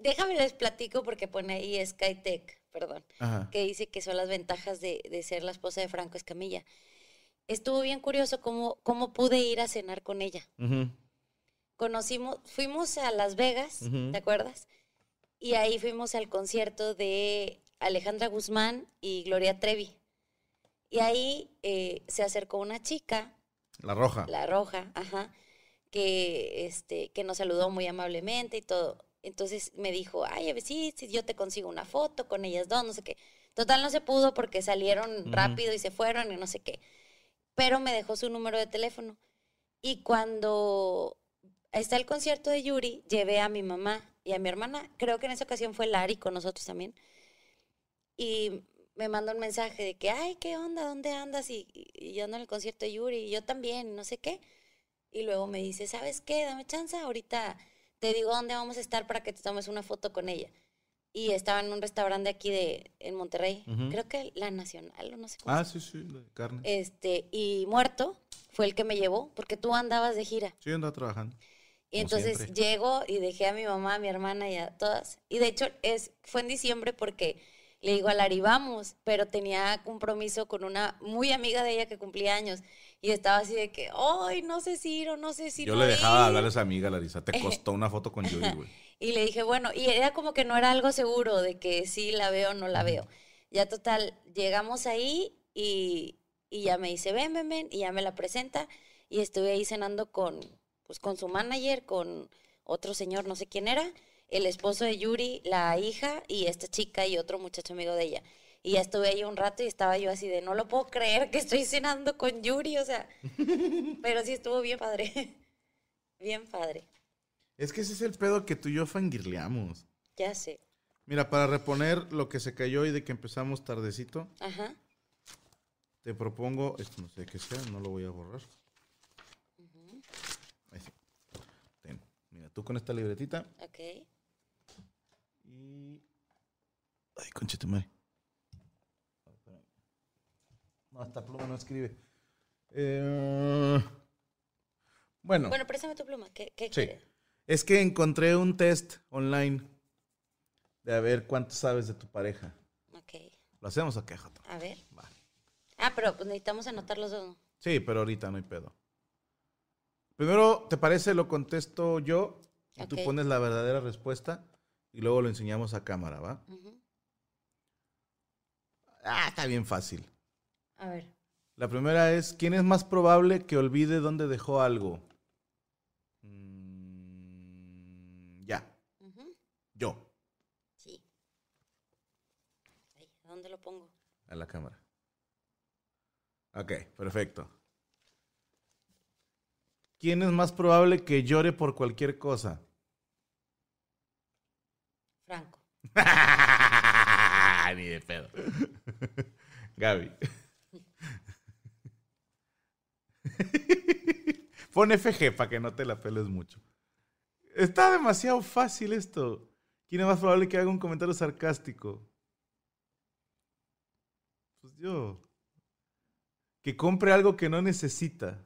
D: Déjame les platico porque pone ahí Skytech, perdón,
C: Ajá.
D: que dice que son las ventajas de, de ser la esposa de Franco Escamilla. Estuvo bien curioso cómo, cómo pude ir a cenar con ella.
C: Ujú.
D: Conocimos, fuimos a Las Vegas,
C: Ujú.
D: ¿te acuerdas? Y ahí fuimos al concierto de Alejandra Guzmán y Gloria Trevi. Y ahí eh, se acercó una chica
C: La roja.
D: La roja, ajá, que, este, que nos saludó muy amablemente y todo. Entonces me dijo, ay, a ver, sí, sí, yo te consigo una foto con ellas dos, no sé qué. Total, no se pudo porque salieron
C: Ujú.
D: rápido y se fueron y no sé qué. Pero me dejó su número de teléfono. Y cuando está el concierto de Yuri, llevé a mi mamá y a mi hermana. Creo que en esa ocasión fue Lari con nosotros también y me manda un mensaje de que, ay, ¿qué onda? ¿Dónde andas? Y, y- y yo ando en el concierto de Yuri, y yo también, no sé qué. Y luego me dice, ¿sabes qué? Dame chance, ahorita te digo dónde vamos a estar para que te tomes una foto con ella. Y estaba en un restaurante aquí de, en Monterrey,
C: Ujú.
D: creo que la Nacional, o no sé cómo.
C: Ah,
D: se-
C: sí, sí, la de carne.
D: Este, y Muerto fue el que me llevó, porque tú andabas de gira.
C: Sí, andaba trabajando. Como
D: Y entonces
C: siempre.
D: llego y dejé a mi mamá, a mi hermana y a todas. Y de hecho es, fue en diciembre porque le digo a Lari, vamos, pero tenía compromiso con una muy amiga de ella que cumplía años. Y estaba así de que, ay, no sé si ir o no sé si
C: Yo
D: no
C: le dejaba de
D: ir".
C: hablar a esa amiga, Larisa. Te costó una foto con Yuri, güey.
D: Y le dije, bueno, y era como que no era algo seguro de que sí la veo o no la veo. Ya total, llegamos ahí y, y ya me dice, ven, ven, ven, y ya me la presenta. Y estuve ahí cenando con, pues, con su manager, con otro señor, no sé quién era, el esposo de Yuri, la hija y esta chica y otro muchacho amigo de ella. Y ya estuve ahí un rato y estaba yo así de, no lo puedo creer que estoy cenando con Yuri, o sea, pero sí estuvo bien padre, bien padre,
C: Es que ese es el pedo que tú y yo fangirleamos.
D: ya sé,
C: Mira, para reponer lo que se cayó y de que empezamos tardecito,
D: ajá.
C: te propongo, esto no sé qué sea, no lo voy a borrar. Ahí sí. Ten. Mira, tú con esta libretita
D: Ok.
C: y... Ay, conchete madre. Ay, espérame. No, esta pluma no escribe. Eh, Bueno,
D: Bueno, préstame tu pluma. ¿Qué, qué
C: sí.
D: quieres?
C: Es que encontré un test online de a ver cuánto sabes de tu pareja.
D: Ok.
C: ¿Lo hacemos o qué, Joto?
D: A ver.
C: Va.
D: Ah, pero pues necesitamos anotar los dos. ¿no?
C: Sí, pero ahorita no hay pedo. Primero, ¿te parece? Lo contesto yo y tú
D: Ok.
C: pones la verdadera respuesta y luego lo enseñamos a cámara, ¿va?
D: Ujú.
C: Ah, está bien fácil.
D: A ver.
C: La primera es, ¿quién es más probable que olvide dónde dejó algo? Mm, ya,
D: Ujú.
C: yo,
D: Sí. Ay, ¿a ¿Dónde lo pongo?
C: a la cámara. Ok, perfecto. ¿Quién es más probable que llore por cualquier cosa?
D: Franco.
C: Ni de pedo. Gaby. Pon FG para que no te la peles mucho. Está demasiado fácil esto. ¿Quién es más probable que haga un comentario sarcástico? pues yo. Que compre algo que no necesita.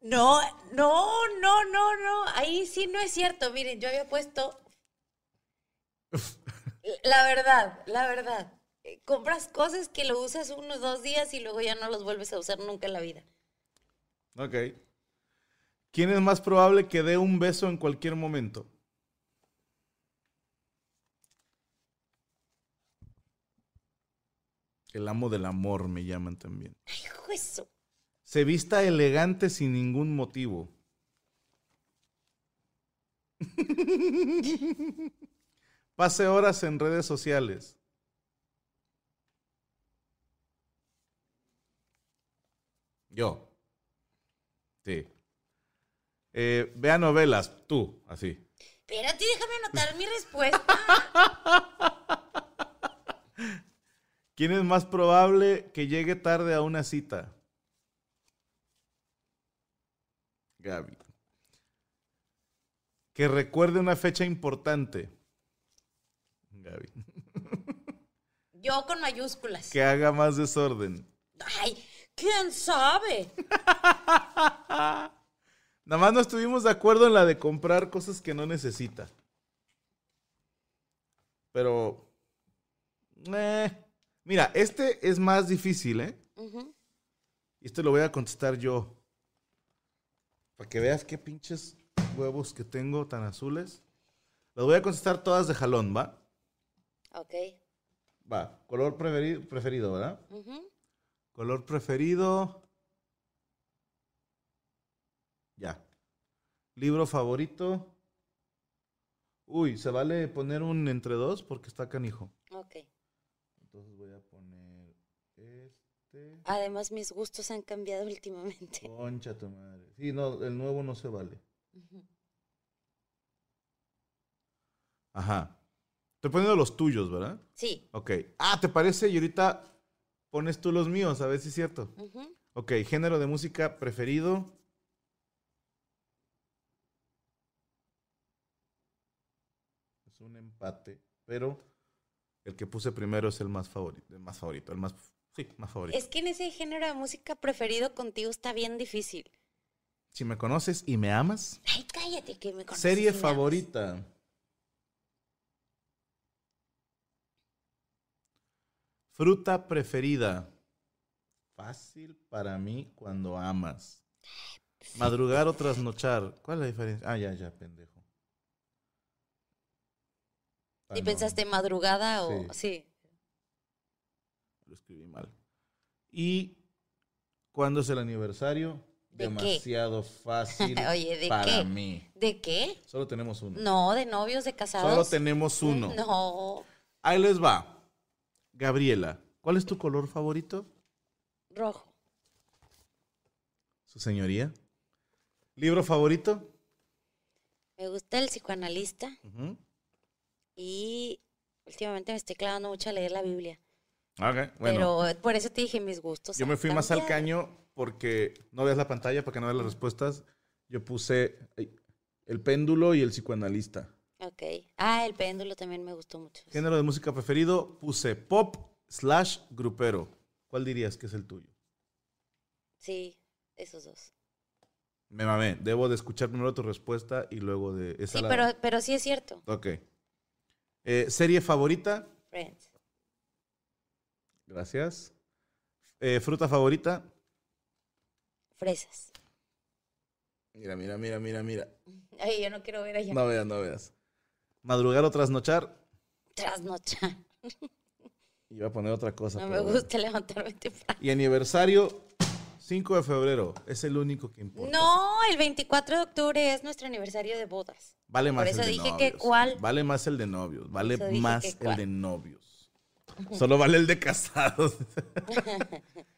D: No, no, no, no, no. Ahí sí no es cierto. Miren, yo había puesto. La verdad, la verdad. Eh, Compras cosas que lo usas unos dos días y luego ya no los vuelves a usar nunca en la vida.
C: Ok. ¿Quién es más probable que dé un beso en cualquier momento? El amo del amor me llaman también.
D: Hijo de su-
C: Se vista elegante sin ningún motivo. Pase horas en redes sociales. Yo. Sí. Eh, vea novelas, tú, así.
D: Espérate, déjame anotar mi respuesta.
C: ¿Quién es más probable que llegue tarde a una cita? Gaby. Que recuerde una fecha importante. Gaby.
D: Yo con mayúsculas.
C: Que haga más desorden.
D: Ay, ¿quién sabe?
C: Nada más no estuvimos de acuerdo en la de comprar cosas que no necesita. Pero... eh, Mira, este es más difícil, ¿eh?
D: Ujú.
C: Y esto lo voy a contestar yo. Para que veas qué pinches huevos que tengo tan azules. Las voy a contestar todas de jalón, ¿va?
D: Ok.
C: Va. Color preferi- preferido, ¿verdad?
D: Ujú.
C: Color preferido. Ya. Libro favorito. Uy, se vale poner un entre dos porque está canijo.
D: Ok.
C: Entonces voy a poner este.
D: Además, mis gustos han cambiado últimamente.
C: Concha tu madre. Sí, no, el nuevo no se vale.
D: Ujú.
C: Ajá. Estoy poniendo los tuyos, ¿verdad?
D: Sí.
C: Ok. Ah, ¿te parece? Y ahorita pones tú los míos, a ver si es cierto.
D: Ujú.
C: Ok, género de música preferido. Es un empate, pero el que puse primero es el más favorito, el más favorito, el más sí, más favorito.
D: Es que en ese género de música preferido contigo está bien difícil.
C: Si me conoces y me amas,
D: Ay, cállate que me conoces. y
C: serie
D: me amas.
C: favorita. Fruta preferida. Fácil para mí cuando amas. Madrugar o trasnochar. ¿Cuál es la diferencia? Ah, ya, ya, pendejo. Ah,
D: ¿Y
C: no,
D: pensaste madrugada o...?
C: Sí.
D: Sí.
C: Lo escribí mal. ¿Y cuándo es el aniversario?
D: ¿De qué?
C: Demasiado fácil
D: Oye, ¿de
C: para
D: qué?
C: mí.
D: ¿De qué?
C: Solo tenemos uno.
D: No, de novios, de
C: Solo
D: casados.
C: tenemos uno.
D: No,
C: Ahí les va. Gabriela, ¿cuál es tu color favorito?
D: rojo.
C: Su señoría. ¿Libro favorito?
D: Me gusta el psicoanalista
C: Ujú.
D: y últimamente me estoy clavando mucho a leer la Biblia.
C: Ok, bueno.
D: Pero por eso te dije mis gustos.
C: yo
D: han
C: me fui más al
D: cambiado.
C: caño porque no veas la pantalla para que no veas las respuestas. Yo puse ay, el péndulo y el psicoanalista.
D: Ok. Ah, el péndulo también me gustó mucho.
C: Género de música preferido, puse pop slash grupero. ¿Cuál dirías que es el tuyo?
D: Sí, esos dos.
C: Me mamé. Debo de escuchar primero tu respuesta y luego de esa.
D: Sí,
C: la-
D: pero, pero sí es cierto.
C: Ok. Eh, ¿Serie favorita?
D: Friends.
C: Gracias. Eh, ¿Fruta favorita?
D: Fresas.
C: Mira, mira, mira, mira, mira.
D: Ay, yo no quiero ver allá.
C: No veas, no veas. ¿Madrugar o trasnochar?
D: Trasnochar.
C: Iba a poner otra cosa.
D: No me
C: pero bueno.
D: gusta levantarme temprano.
C: Y aniversario, 5 de febrero. Es el único que importa.
D: No, el 24 de octubre es nuestro aniversario de bodas.
C: Vale más
D: Por eso
C: el de
D: dije que
C: novios.
D: cuál.
C: Vale más el de novios. Vale
D: eso dije
C: más
D: que
C: el
D: cuál.
C: de novios. Solo vale el de casados.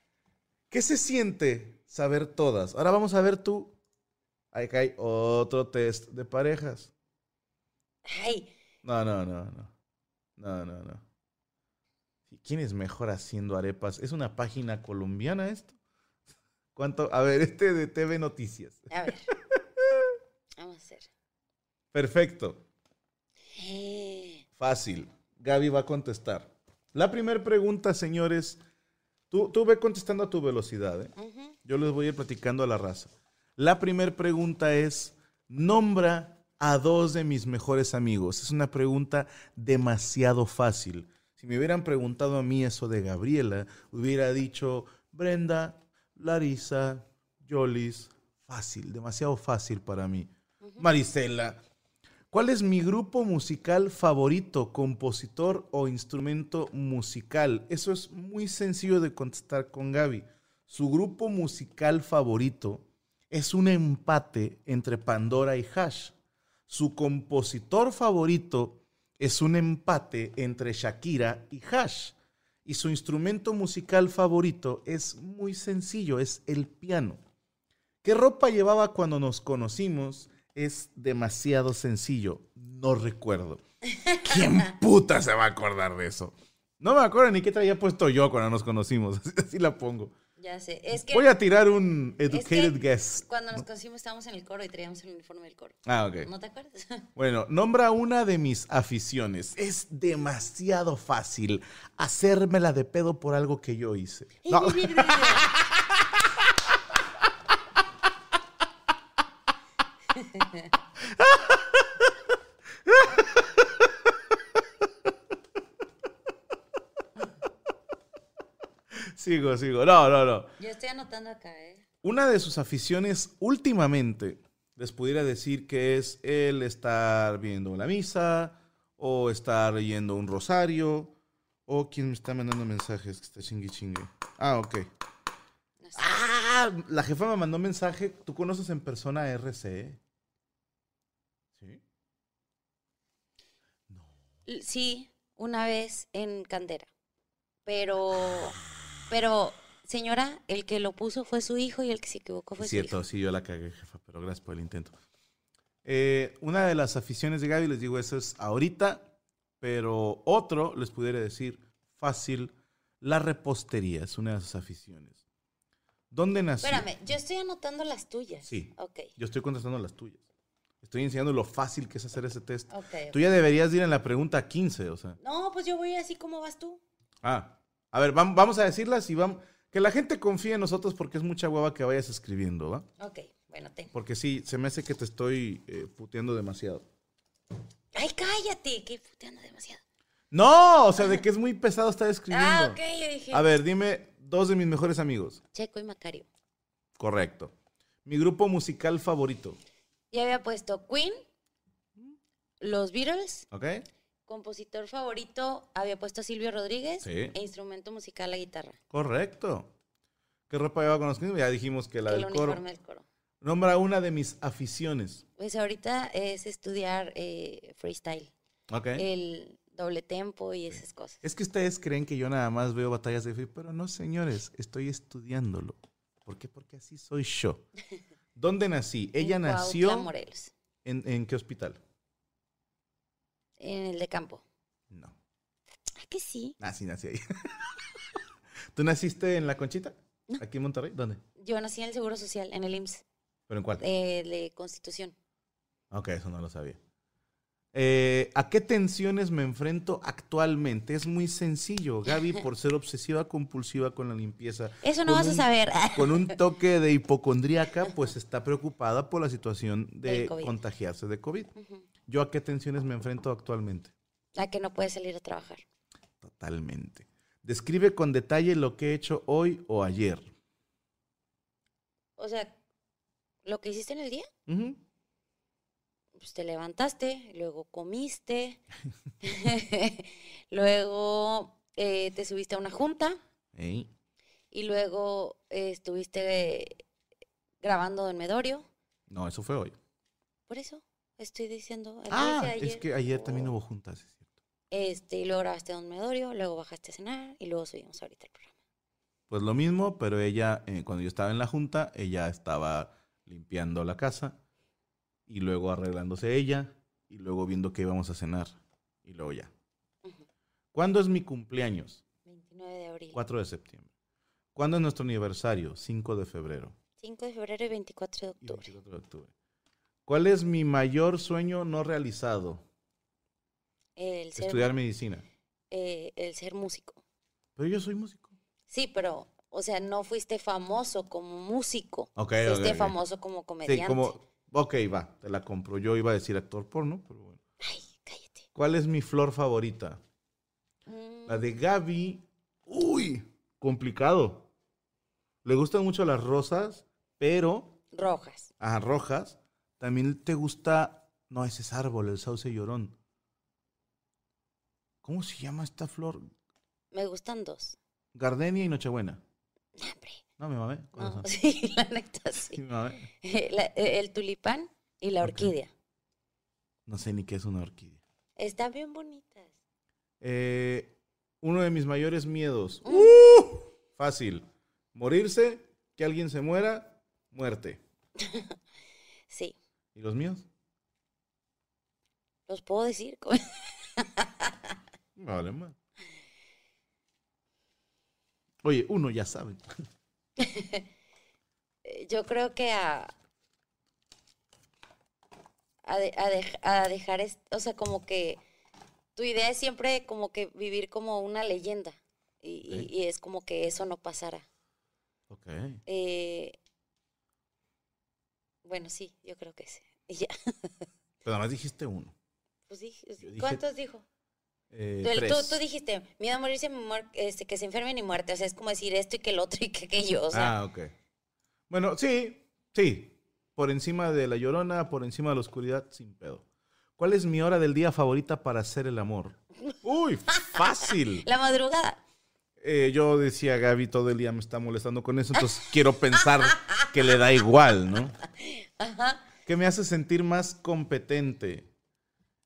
C: ¿Qué se siente saber todas? Ahora vamos a ver tú. Ahí hay otro test de parejas.
D: Ay,
C: No, no, no, no. No, no, no. ¿Y ¿Quién es mejor haciendo arepas? ¿Es una página colombiana esto? ¿Cuánto? A ver, este de TV Noticias.
D: a ver. Vamos a hacer.
C: Perfecto.
D: Eh,
C: Fácil. Gaby va a contestar. La primera pregunta, señores. Tú, tú ve contestando a tu velocidad. ¿eh?
D: Ujú.
C: Yo les voy a ir platicando a la raza. La primera pregunta es, nombra a dos de mis mejores amigos. Es una pregunta demasiado fácil. Si me hubieran preguntado a mí eso de Gabriela, hubiera dicho Brenda, Larisa, Jolis. Fácil, demasiado fácil para mí. Marisela, ¿cuál es mi grupo musical favorito, compositor o instrumento musical? Eso es muy sencillo de contestar con Gaby su grupo musical favorito es un empate entre Pandora y Hash. Su compositor favorito es un empate entre Shakira y Hash. Y su instrumento musical favorito es muy sencillo, es el piano. ¿Qué ropa llevaba cuando nos conocimos? Es demasiado sencillo, no recuerdo. ¿Quién puta se va a acordar de eso? No me acuerdo ni qué traía puesto yo cuando nos conocimos, así la pongo.
D: Ya sé. Es que
C: Voy a tirar un educated
D: que-
C: guess.
D: cuando nos conocimos estábamos en el coro y traíamos el uniforme del coro.
C: Ah, ok.
D: ¿No te acuerdas?
C: Bueno, nombra una de mis aficiones. Es demasiado fácil hacérmela de pedo por algo que yo hice. No, sigo, sigo. No, no, no.
D: Yo estoy anotando acá, ¿eh?
C: Una de sus aficiones últimamente, les pudiera decir que es el estar viendo la misa o estar leyendo un rosario o quien me está mandando mensajes que está chingui chingue. Ah, ok.
D: No sé.
C: Ah, la jefa me mandó un mensaje. ¿Tú conoces en persona a RCE? Sí.
D: L- Sí, una vez en Candera. Pero, pero, señora, el que lo puso fue su hijo y el que se equivocó fue
C: Es cierto,
D: su hijo.
C: sí, yo la cagué, jefa, pero gracias por el intento. Eh, una de las aficiones de Gaby, les digo, eso es ahorita, pero otro, les pudiera decir, fácil, la repostería es una de sus aficiones. ¿Dónde nació?
D: Espérame, yo estoy anotando las tuyas.
C: Sí.
D: Ok,
C: Yo estoy contestando las tuyas. Estoy enseñando lo fácil que es hacer ese test.
D: ok.
C: Tú ya deberías de ir en la pregunta 15, o sea.
D: No, pues yo voy así como vas tú.
C: Ah, a ver, vam- vamos a decirlas y vamos... Que la gente confíe en nosotros porque es mucha hueva que vayas escribiendo, ¿va?
D: Ok, bueno, ten.
C: Porque sí, se me hace que te estoy eh, puteando demasiado.
D: Ay, cállate, que puteando demasiado.
C: No, o sea, de que es muy pesado estar escribiendo.
D: Ah, ok, yo dije.
C: A ver, dime dos de mis mejores amigos.
D: Checo y Macario.
C: Correcto. Mi grupo musical favorito,
D: Ya había puesto Queen, los Beatles,
C: ¿ok?
D: compositor favorito, había puesto Silvio Rodríguez
C: Sí.
D: e instrumento musical la guitarra.
C: Correcto. ¿Qué ropa lleva con los niños? Ya dijimos que la
D: que el
C: del coro.
D: uniforme del coro.
C: Nombra una de mis aficiones,
D: Pues ahorita es estudiar eh, freestyle,
C: ¿ok?
D: el doble tempo y esas cosas.
C: Es que ustedes creen que yo nada más veo batallas de free, pero no, señores, estoy estudiándolo. ¿Por qué? Porque así soy yo. ¿Dónde nací? Ella
D: En Cuautla,
C: nació
D: Morelos,
C: en, en qué hospital?
D: en el de campo.
C: No.
D: Ah, que sí.
C: Ah, sí, nací ahí. ¿Tú naciste en La Conchita?
D: No.
C: ¿Aquí en Monterrey? ¿Dónde?
D: Yo nací en el Seguro Social, en el IMSS,
C: ¿Pero en cuál?
D: eh, de Constitución.
C: Ok, eso no lo sabía. Eh, ¿A qué tensiones me enfrento actualmente? Es muy sencillo, Gaby, por ser obsesiva compulsiva con la limpieza.
D: Eso no
C: Con
D: vas a
C: un-
D: saber.
C: Con un toque de hipocondríaca, pues está preocupada por la situación de
D: Del COVID.
C: contagiarse de COVID.
D: Ujú.
C: ¿Yo a qué tensiones me enfrento actualmente?
D: A que no puedes salir a trabajar.
C: Totalmente. Describe con detalle lo que he hecho hoy o ayer.
D: O sea, lo que hiciste en el día,
C: Ujú.
D: pues te levantaste, luego comiste, luego eh, te subiste a una junta
C: Ey.
D: y luego eh, estuviste eh, grabando en Medorio.
C: No, eso fue hoy.
D: Por eso estoy diciendo. el día de
C: Ah, es que ayer también hubo juntas, es cierto.
D: Este, y luego grabaste Don Medorio, luego bajaste a cenar y luego subimos ahorita el programa.
C: Pues lo mismo, pero ella, eh, cuando yo estaba en la junta, ella estaba limpiando la casa y luego arreglándose ella y luego viendo qué íbamos a cenar y luego ya.
D: Ujú.
C: ¿Cuándo es mi cumpleaños?
D: 29 de abril,
C: 4 de septiembre. ¿Cuándo es nuestro aniversario? 5 de febrero
D: 5 de febrero y 24 de
C: y
D: octubre.
C: 24 de octubre. ¿Cuál es mi mayor sueño no realizado?
D: El ser,
C: Estudiar medicina.
D: eh, el ser músico.
C: Pero yo soy músico.
D: Sí, pero, o sea, no fuiste famoso como músico.
C: Ok,
D: fuiste
C: ok, ok.
D: famoso como comediante.
C: Sí, como. Ok, va, te la compro. Yo iba a decir actor porno, pero bueno.
D: Ay, cállate.
C: ¿Cuál es mi flor favorita?
D: Mm,
C: La de Gaby. Uy, complicado. Le gustan mucho las rosas, pero.
D: Rojas.
C: ah, rojas. También te gusta. No, ese es árbol, el sauce llorón. ¿Cómo se llama esta flor?
D: Me gustan dos.
C: Gardenia y Nochebuena.
D: No, hombre.
C: No ¿eh? me mamé. con esa.
D: No, sí, la neta
C: Sí,
D: sí.
C: me mamé.
D: La- e, el tulipán y la
C: Ok.
D: orquídea.
C: No sé ni qué es una orquídea.
D: Están bien bonitas.
C: Eh, uno de mis mayores miedos.
D: Mm.
C: ¡Uh! Fácil. Morirse, que alguien se muera, muerte.
D: Sí,
C: ¿Y los míos?
D: los puedo decir.
C: No vale más. Oye, uno ya sabe.
D: Eh, Yo creo que a. A, de- a dej- a dejar, es- o sea, como que tu idea es siempre como que vivir como una leyenda y, y-
C: Ok.
D: y es como que eso no pasara.
C: Ok.
D: Eh, bueno, sí, yo creo que sí. Y ya,
C: Pero además dijiste uno.
D: pues dije-
C: Yo dije
D: ¿cuántos dijo?
C: Eh,
D: Tú, el- tú-
C: tres.
D: tú dijiste, miedo a morirse, muer- este, que se enfermen y muerte. O sea, es como decir esto y que el otro y que, que yo. O sea,
C: ah, ok. Bueno, sí, sí. Por encima de la llorona, por encima de la oscuridad, sin pedo. ¿Cuál es mi hora del día favorita para hacer el amor? Uy, fácil.
D: la madrugada.
C: Eh, yo decía, Gaby todo el día me está molestando con eso, entonces quiero pensar que le da igual, ¿no?
D: Ajá.
C: Que me hace sentir más competente.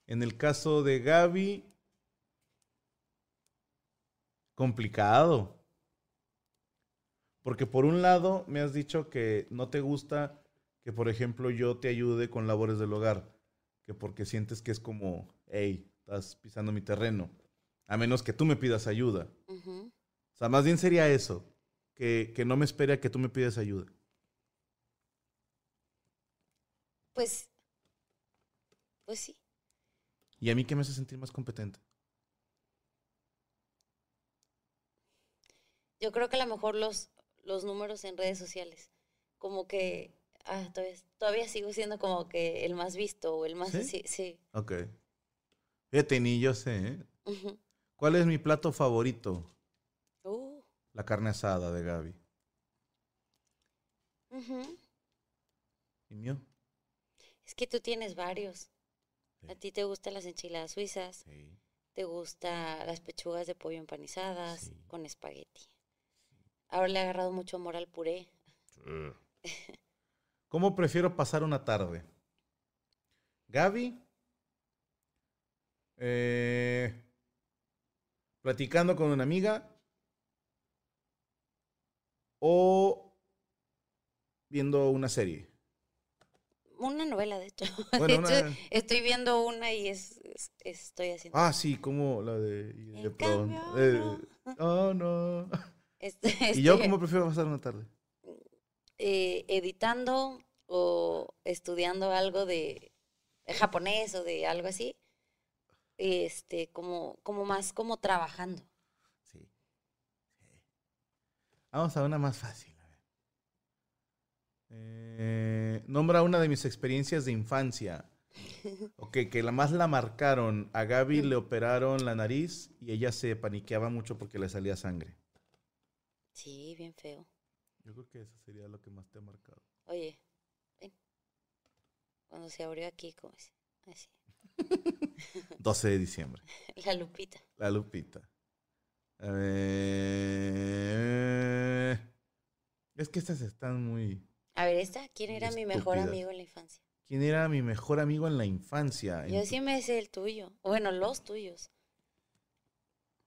C: En el caso de Gaby, complicado. Porque por un lado me has dicho que no te gusta que, por ejemplo, yo te ayude con labores del hogar. Que porque sientes que es como, hey, estás pisando mi terreno. A menos que tú me pidas ayuda.
D: Ujú.
C: O sea, más bien sería eso. Que, que no me espere a que tú me pidas ayuda.
D: Pues, pues sí.
C: ¿Y a mí qué me hace sentir más competente?
D: Yo creo que a lo mejor los, los números en redes sociales, como que ah, todavía, todavía sigo siendo como que el más visto o el más...
C: ¿Sí?
D: Sí, sí.
C: Ok. Fíjate, ni yo sé, ¿eh?
D: Ujú.
C: ¿Cuál es mi plato favorito?
D: Uh,
C: La carne asada de Gaby.
D: ujú.
C: ¿Y mío?
D: Es que tú tienes varios.
C: Sí.
D: A ti te gustan las enchiladas suizas,
C: Sí.
D: te gustan las pechugas de pollo empanizadas
C: Sí.
D: con espagueti. Ahora le he agarrado mucho amor al puré.
C: ¿Cómo prefiero pasar una tarde? Gaby. eh, platicando con una amiga. O viendo una serie.
D: Una novela, de hecho.
C: Bueno,
D: De hecho,
C: una-
D: Estoy viendo una y es, es- estoy haciendo...
C: Ah, sí, como la de. y de
D: En
C: pronto,
D: cambio,
C: eh, oh, no.
D: Este-
C: ¿Y yo
D: estoy-
C: cómo prefiero pasar una tarde?
D: eh, editando o estudiando algo de japonés o de algo así, este, como, como más como trabajando.
C: Sí. Vamos a una más fácil. a ver. Eh, nombra una de mis experiencias de infancia. Ok, que la más la marcaron. A Gaby le operaron la nariz y ella se paniqueaba mucho porque le salía sangre.
D: Sí, bien feo.
C: Yo creo que eso sería lo que más te ha marcado.
D: Oye, ven. Cuando se abrió aquí, como así, así,
C: 12 de diciembre.
D: la lupita.
C: La Lupita. A ver. Es que estas están muy.
D: A ver, esta, ¿quién
C: Y
D: era mi mejor
C: estúpidas.
D: amigo en la infancia?
C: ¿Quién era mi mejor amigo en la infancia? En
D: Yo
C: tu-
D: sí me sé el tuyo. Bueno, los tuyos.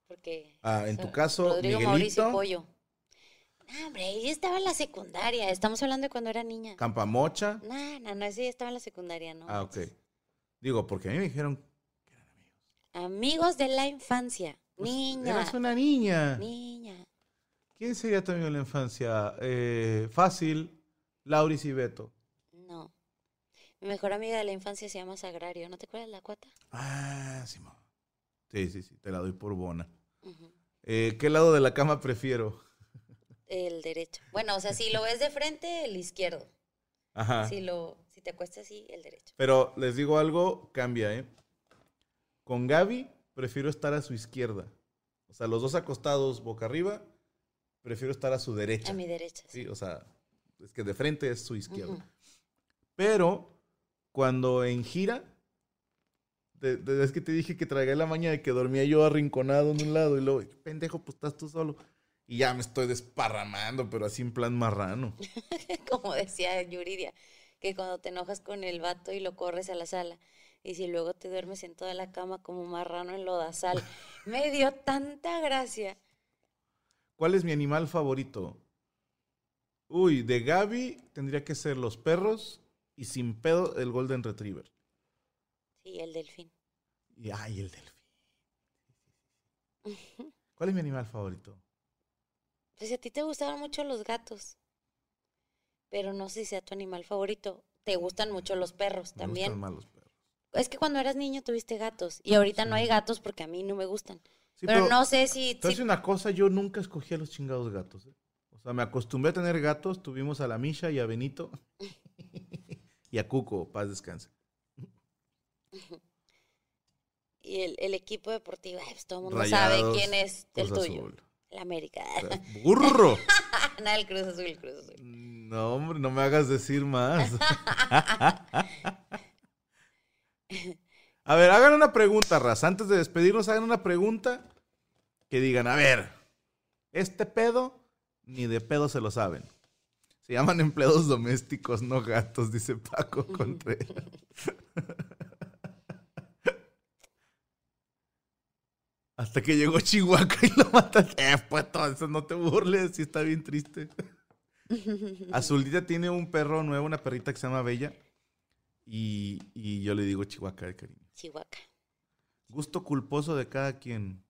D: Porque.
C: Ah, en
D: so-
C: tu caso,
D: Rodrigo
C: Miguelito.
D: Mauricio y Pollo. No, hombre, ella estaba en la secundaria. Estamos hablando de cuando era niña.
C: Campamocha.
D: No, no, no, ese ya estaba en la secundaria, ¿no?
C: ah, ok.
D: manches.
C: Digo, porque a mí me dijeron.
D: Amigos de la infancia.
C: pues,
D: niña.
C: Eras una niña.
D: Niña.
C: ¿Quién sería tu amigo en la infancia? Eh, fácil. Lauris y Beto.
D: No. Mi mejor amiga de la infancia se llama Sagrario. ¿No te acuerdas de la cuata?
C: Ah, sí, ma. sí, sí, sí, te la doy por bona.
D: Ujú.
C: Eh, ¿Qué lado de la cama prefiero?
D: El derecho. Bueno, o sea, si lo ves de frente, el izquierdo.
C: Ajá.
D: Si, lo, si te acuestas así, el derecho.
C: Pero les digo algo, cambia, ¿eh? Con Gaby prefiero estar a su izquierda. O sea, los dos acostados boca arriba, prefiero estar a su derecha.
D: A mi derecha. sí.
C: Sí, o sea, es que de frente es su izquierda.
D: Ujú.
C: Pero cuando en gira, de- de- es que te dije que tragué la maña de que dormía yo arrinconado en un lado y luego, pendejo, pues estás tú solo. Y ya me estoy desparramando, pero así en plan marrano.
D: Como decía Yuridia, que cuando te enojas con el vato y lo corres a la sala. Y si luego te duermes en toda la cama como un marrano en lodazal. Me dio tanta gracia.
C: ¿Cuál es mi animal favorito? Uy, de Gaby tendría que ser los perros y sin pedo el Golden Retriever.
D: Sí, el delfín.
C: Y ay, el delfín. ¿Cuál es mi animal favorito?
D: Pues a ti te gustaban mucho los gatos. Pero no sé si sea tu animal favorito. Te gustan mucho los perros
C: Me
D: también.
C: gustan más los perros.
D: Es que cuando eras niño tuviste gatos. Y ahorita no
C: Sí.
D: hay gatos porque a mí no me gustan.
C: Sí,
D: pero, no sé si.
C: Entonces,
D: si-
C: una cosa, yo nunca escogí a los chingados gatos. ¿eh? O sea, me acostumbré a tener gatos. Tuvimos a la Misha y a Benito. y a Cuco, paz descanse.
D: Y el, el equipo deportivo, ay, pues todo el mundo sabe
C: Rayados,
D: quién es el
C: Cruz
D: tuyo.
C: Azul.
D: El América.
C: O sea, ¡Burro!
D: Nada, el Cruz Azul, el Cruz Azul.
C: No, hombre, no me hagas decir más. a ver, hagan una pregunta, Raz. Antes de despedirnos, hagan una pregunta que digan, a ver, este pedo ni de pedo se lo saben. Se llaman empleados domésticos, no gatos, dice Paco Contreras. Hasta que llegó Chihuahua y lo mataste. Eh, pues, todo eso no te burles, sí está bien triste. Azulita tiene un perro nuevo, una perrita que se llama Bella. Y, y yo le digo Chihuahua de cariño.
D: Chihuahua.
C: Gusto culposo de cada quien.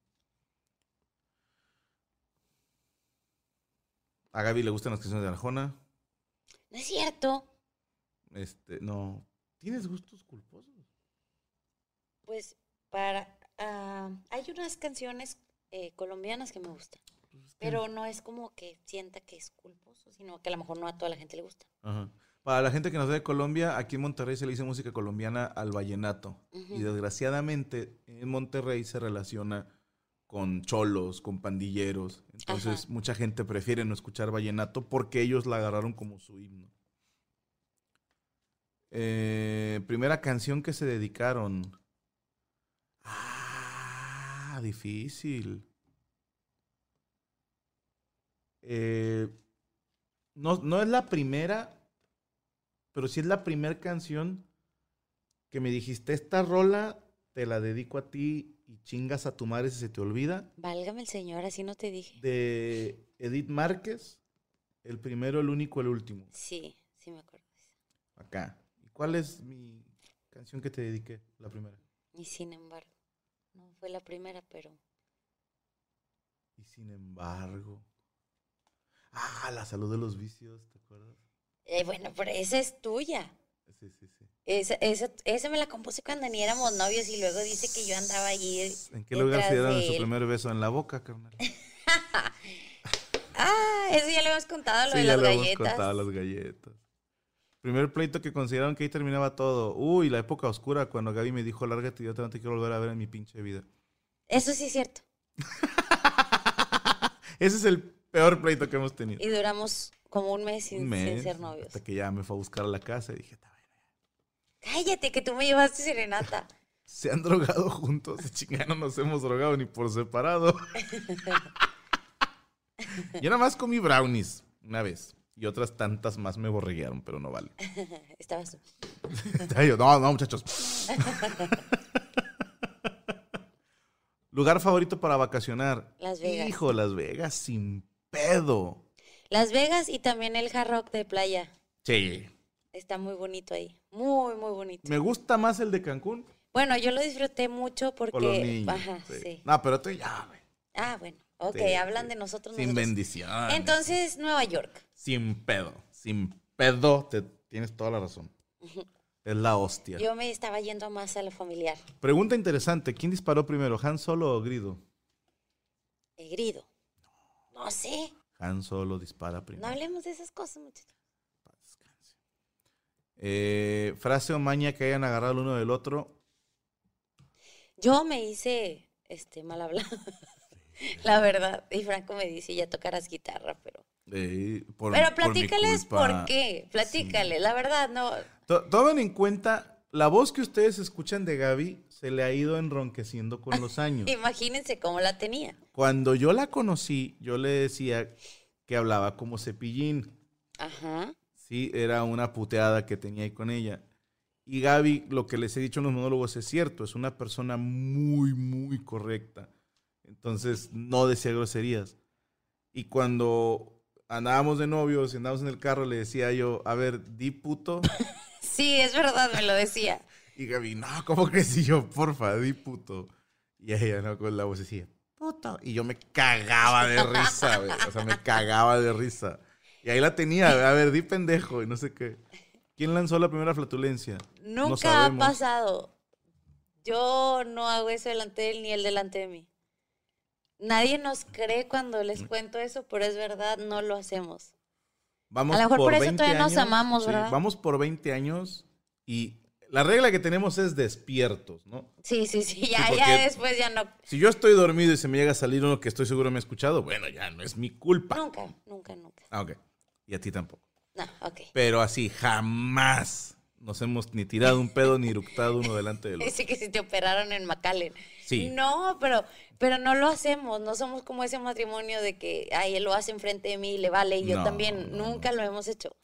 C: A Gaby le gustan las canciones de Arjona.
D: No es cierto.
C: Este, no. ¿Tienes gustos culposos?
D: Pues para. ah, hay unas canciones eh, colombianas que me gustan.
C: Pues es que-
D: Pero no es como que sienta que es culposo, sino que a lo mejor no a toda la gente le gusta.
C: Ajá. Para la gente que nos ve de Colombia, aquí en Monterrey se le dice música colombiana al vallenato.
D: Ujú.
C: Y desgraciadamente en Monterrey se relaciona con cholos, con pandilleros. Entonces
D: Ajá.
C: mucha gente prefiere no escuchar vallenato porque ellos la agarraron como su himno. Eh, primera canción que se dedicaron. Ah, difícil. Eh, no, no es la primera, pero sí es la primera canción que me dijiste, esta rola te la dedico a ti y chingas a tu madre si se te olvida,
D: Válgame el Señor, así no te dije.
C: de Edith Márquez, el primero, el único, el último,
D: Sí, sí me acuerdo. de esa.
C: acá. ¿Y cuál es mi canción que te dediqué, la primera?
D: Y sin embargo, no fue la primera, pero.
C: Y sin embargo... Ah, la salud de los vicios, ¿te acuerdas?
D: Eh, bueno, pero esa es tuya.
C: Sí, sí, sí.
D: Esa, esa, esa me la compuse cuando ni éramos novios y luego dice que yo andaba allí.
C: ¿En qué lugar
D: Detrás
C: se dieron
D: de
C: su
D: él.
C: primer beso? En la boca, carnal.
D: Ah, eso ya lo hemos contado, lo de
C: Sí, ya
D: las
C: lo hemos
D: galletas.
C: contado, las galletas. Primer pleito que consideraron que ahí terminaba todo. Uy, la época oscura cuando Gaby me dijo, lárgate, yo no te quiero volver a ver en mi pinche vida.
D: Eso sí es cierto.
C: Ese es el peor pleito que hemos tenido.
D: Y duramos como un mes sin,
C: Un
D: sin
C: mes,
D: ser novios.
C: Hasta que ya me fue a buscar a la casa y dije, "Ta madre,
D: Cállate, que tú me llevaste serenata.
C: se han drogado juntos, chingada, no nos hemos drogado ni por separado. yo nada más comí brownies una vez. Y otras tantas más me borreguearon, pero no vale.
D: Estabas tú.
C: Ay, yo, No, no, muchachos. Lugar favorito para vacacionar.
D: Las Vegas.
C: Hijo, Las Vegas sin pedo.
D: Las Vegas y también el Hard Rock de playa.
C: Sí.
D: Está muy bonito ahí. Muy, muy bonito.
C: Me gusta más el de Cancún
D: Bueno, yo lo disfruté mucho porque.
C: por los niños.
D: Ajá,
C: sí.
D: sí.
C: No, pero tú ya, güey.
D: Ah, bueno. Ok,
C: Sí,
D: hablan
C: sí.
D: de nosotros.
C: Sin
D: nosotros.
C: bendición.
D: Entonces, Nueva York.
C: Sin pedo. Sin pedo. Te, tienes toda la razón. Es la hostia.
D: Yo me estaba yendo más a lo familiar.
C: Pregunta interesante. ¿Quién disparó primero, Han Solo o Grido?
D: El grido. No sé.
C: Han Solo dispara primero.
D: No hablemos de esas cosas, muchachos.
C: Pa' descanse. Eh, frase o maña que hayan agarrado el uno del otro.
D: Yo me hice este mal hablada. La verdad. Y Franco me dice, ya tocarás guitarra, pero.
C: eh, por-
D: Pero
C: por mi
D: platícales por,
C: culpa.
D: qué. Platícale. La verdad, no.
C: To- tomen en cuenta, la voz que ustedes escuchan de Gaby se le ha ido enronqueciendo con los años.
D: Imagínense cómo la tenía.
C: Cuando yo la conocí, yo le decía que hablaba como cepillín.
D: Ajá.
C: Sí, era una puteada que tenía ahí con ella. Y Gaby, lo que les he dicho en los monólogos es cierto, es una persona muy, muy correcta. Entonces, no decía groserías. Y cuando andábamos de novios y andábamos en el carro, le decía yo, a ver, di puto.
D: Sí, es verdad, me lo decía.
C: Y Gaby, no, ¿cómo crees? Y yo, porfa, di puto. Y ella, no, con la voz decía, puto. Y yo me cagaba de risa, güey. O sea, me cagaba de risa. Y ahí la tenía, a ver, di pendejo y no sé qué. ¿Quién lanzó la primera flatulencia? No
D: Nunca ha
C: sabemos.
D: pasado. Yo no hago eso delante de él ni él delante de mí. Nadie nos cree cuando
C: Mm.
D: les cuento eso, pero es verdad, no lo hacemos.
C: Vamos
D: A lo mejor por eso
C: 20
D: todavía nos
C: años,
D: amamos, ¿verdad?
C: Vamos por 20 años y la regla que tenemos es despiertos, ¿no?
D: Sí, sí, sí, ya,
C: Sí,
D: ya
C: porque-
D: después ya no.
C: Si yo estoy dormido y se me llega a salir uno que estoy seguro me ha escuchado, bueno, ya no es mi culpa.
D: Nunca, nunca, nunca.
C: Ah, ok. Y a ti tampoco.
D: No, ok.
C: Pero así jamás nos hemos ni tirado un pedo ni eructado uno delante del otro.
D: Dice que si te operaron en McAllen.
C: Sí.
D: No, pero, pero no lo hacemos. No somos como ese matrimonio de que, ay, él lo hace enfrente de mí y le vale y yo
C: No,
D: también.
C: no,
D: Nunca lo hemos hecho.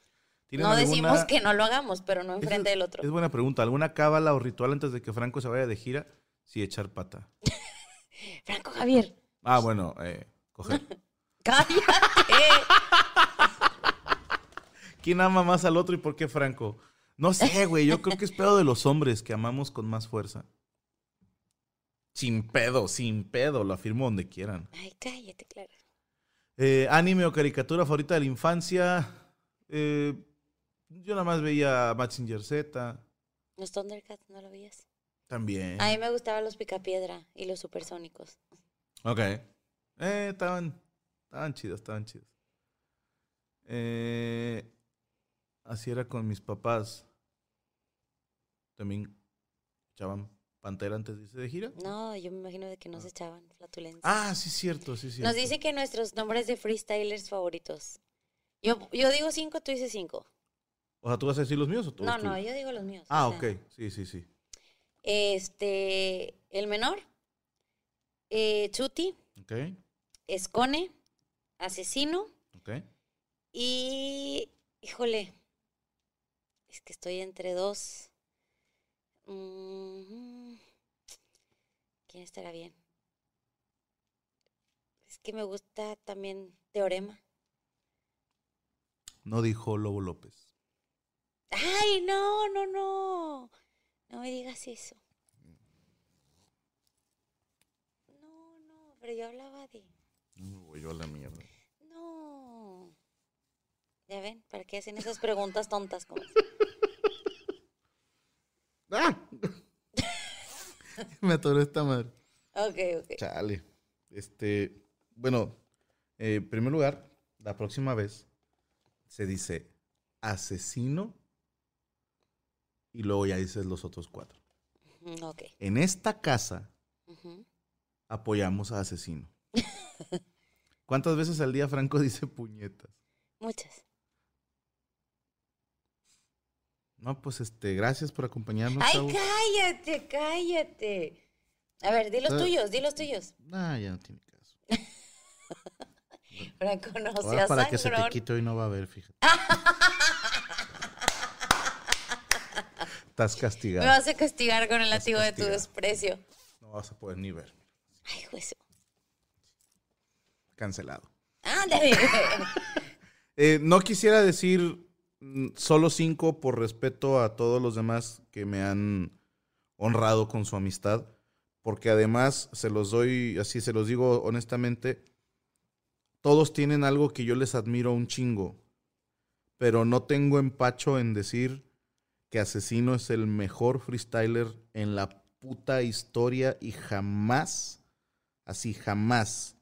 C: ¿Tienen
D: No decimos
C: alguna-
D: que no lo hagamos, pero no
C: Esa
D: enfrente
C: es-
D: del otro.
C: Es buena pregunta. ¿Alguna cábala o ritual antes de que Franco se vaya de gira? Sí, echar pata.
D: Franco Javier,
C: Ah, bueno, eh, coger.
D: cállate.
C: ¿Quién ama más al otro y por qué Franco? No sé, güey. Yo creo que es pedo de los hombres que amamos con más fuerza. Sin pedo, sin pedo. Lo afirmo donde quieran.
D: Ay, cállate, Clara.
C: Eh, anime o caricatura favorita de la infancia. Eh, yo nada más veía Mazinger Z.
D: Los Thundercats, ¿no lo veías?
C: También.
D: A mí me gustaban los Picapiedra y los Supersónicos.
C: Ok. Eh, estaban, estaban chidos, estaban chidos. Eh, así era con mis papás. También echaban pantera antes de irse de gira.
D: No, yo me imagino de que nos echaban flatulencia.
C: Ah, sí, cierto, sí, cierto.
D: Nos dicen que nuestros nombres de freestylers favoritos. Yo, yo digo cinco, tú dices cinco.
C: O sea, ¿tú vas a decir los míos o tú?
D: No,
C: los
D: no,
C: tuyos?
D: yo digo los míos.
C: Ah,
D: o sea,
C: ok. Sí, sí, sí.
D: Este, el menor, eh, Chuti,
C: Ok,
D: Escone, Asesino
C: ok.
D: y, híjole, es que estoy entre dos. Mm, ¿Quién estará bien? Es que me gusta también Teorema.
C: No dijo Lobo López.
D: Ay, no, no, no. No me digas eso. No, no, pero yo hablaba de...
C: No, güey, yo a la mierda.
D: No. Ya ven, ¿para qué hacen esas preguntas tontas? Como...
C: ¡Ah! Me atoró esta madre.
D: Ok, ok.
C: Chale. Este, bueno, eh, en primer lugar, la próxima vez se dice asesino y luego ya dices los otros cuatro.
D: Mm, Ok.
C: En esta casa
D: ujú.
C: apoyamos a asesino. ¿Cuántas veces al día Franco dice puñetas?
D: Muchas.
C: No, pues este, gracias por acompañarnos.
D: Ay,
C: chavos.
D: cállate, cállate. A ver, di los
C: Ah.
D: tuyos, di los tuyos.
C: Nah, ya no tiene caso.
D: Franco, no
C: Ahora
D: seas
C: para que se te
D: sangrón.
C: quite hoy no va a haber, fíjate. Estás
D: Me
C: castigado.
D: vas a castigar con el látigo de tu
C: castigada.
D: desprecio.
C: No vas a poder ni ver.
D: Ay, juez.
C: Cancelado.
D: Ándale.
C: Eh, no quisiera decir mm, solo cinco por respeto a todos los demás que me han honrado con su amistad, porque además se los doy, así se los digo honestamente, todos tienen algo que yo les admiro un chingo, pero no tengo empacho en decir que que Asesino es el mejor freestyler en la puta historia y jamás, así jamás,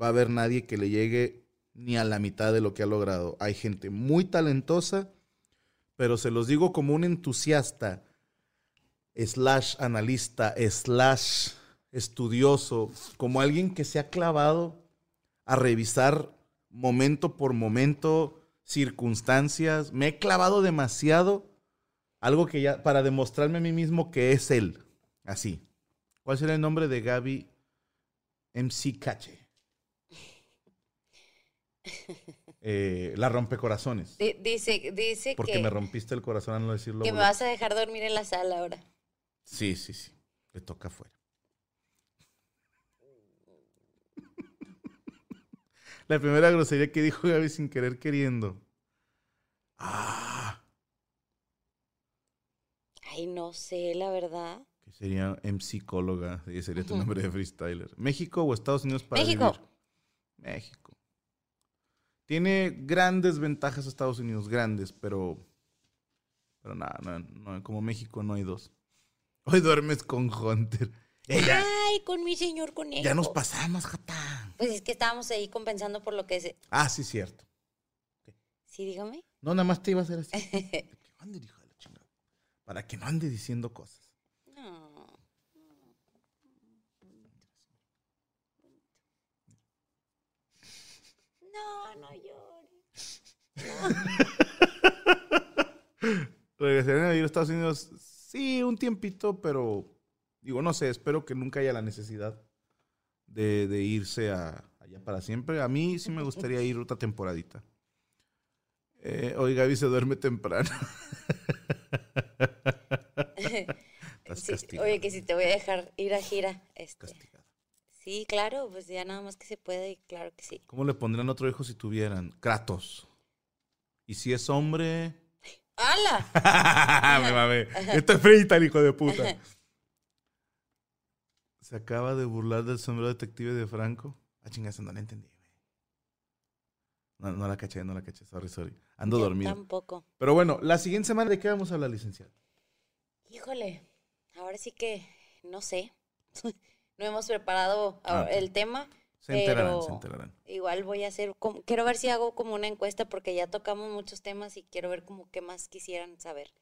C: va a haber nadie que le llegue ni a la mitad de lo que ha logrado. Hay gente muy talentosa, pero se los digo como un entusiasta, slash analista, slash estudioso, como alguien que se ha clavado a revisar momento por momento, circunstancias. Me he clavado demasiado algo que ya, para demostrarme a mí mismo que es él. Así. ¿Cuál será el nombre de Gaby MC Cache? Eh, la rompecorazones.
D: Di- Dice, dice
C: Porque
D: que,
C: me rompiste el corazón al no decirlo.
D: que me
C: boludo.
D: vas a dejar dormir en la sala ahora.
C: Sí, sí, sí. Le toca afuera. La primera grosería que dijo Gaby sin querer queriendo. Ah,
D: Ay, no sé, la verdad.
C: que sería MCóloga. Sí, sería tu nombre de freestyler. ¿México o Estados Unidos para
D: México.
C: vivir? México. Tiene grandes ventajas Estados Unidos, grandes, pero. Pero nada, no, no, como México no hay dos. Hoy duermes con Hunter. Ella,
D: Ay, con mi señor conejo.
C: ya nos pasamos, jata.
D: Pues es que estábamos ahí compensando por lo que es.
C: Ah, sí, cierto.
D: Sí, dígame.
C: No, nada más te iba a hacer así. De que no ande el hijo de la chingada. Para que no ande diciendo cosas.
D: No. No, no llores.
C: ¿Regresarían a vivir a Estados Unidos? Sí, un tiempito, pero digo, no sé, espero que nunca haya la necesidad de, de irse a- allá para siempre. A mí sí me gustaría ir otra temporadita. Eh, hoy Gaby se duerme temprano. Estás
D: Sí,
C: castigada,
D: oye, que si te voy a dejar ir a gira. Este.
C: castigada.
D: Sí, claro, pues ya nada más que se puede, y claro que sí.
C: ¿Cómo le pondrían otro hijo si tuvieran? Kratos. Y si es hombre,
D: ¡Hala!
C: me mamé. Esto es freestyle, hijo de puta. Se acaba de burlar del sombrero detective de Franco. Ah, chingas, no la entendí, güey. No, no la caché, no la caché. Sorry, sorry. Ando
D: Yo
C: dormido.
D: Tampoco.
C: Pero bueno, la siguiente semana, ¿de qué vamos a hablar, licenciado?
D: Híjole, ahora sí que no sé. no hemos preparado ahora
C: Ah, ok.
D: el tema.
C: Se enterarán,
D: Pero-
C: se enterarán.
D: Igual voy a hacer, como- quiero ver si hago como una encuesta porque ya tocamos muchos temas y quiero ver como qué más quisieran saber.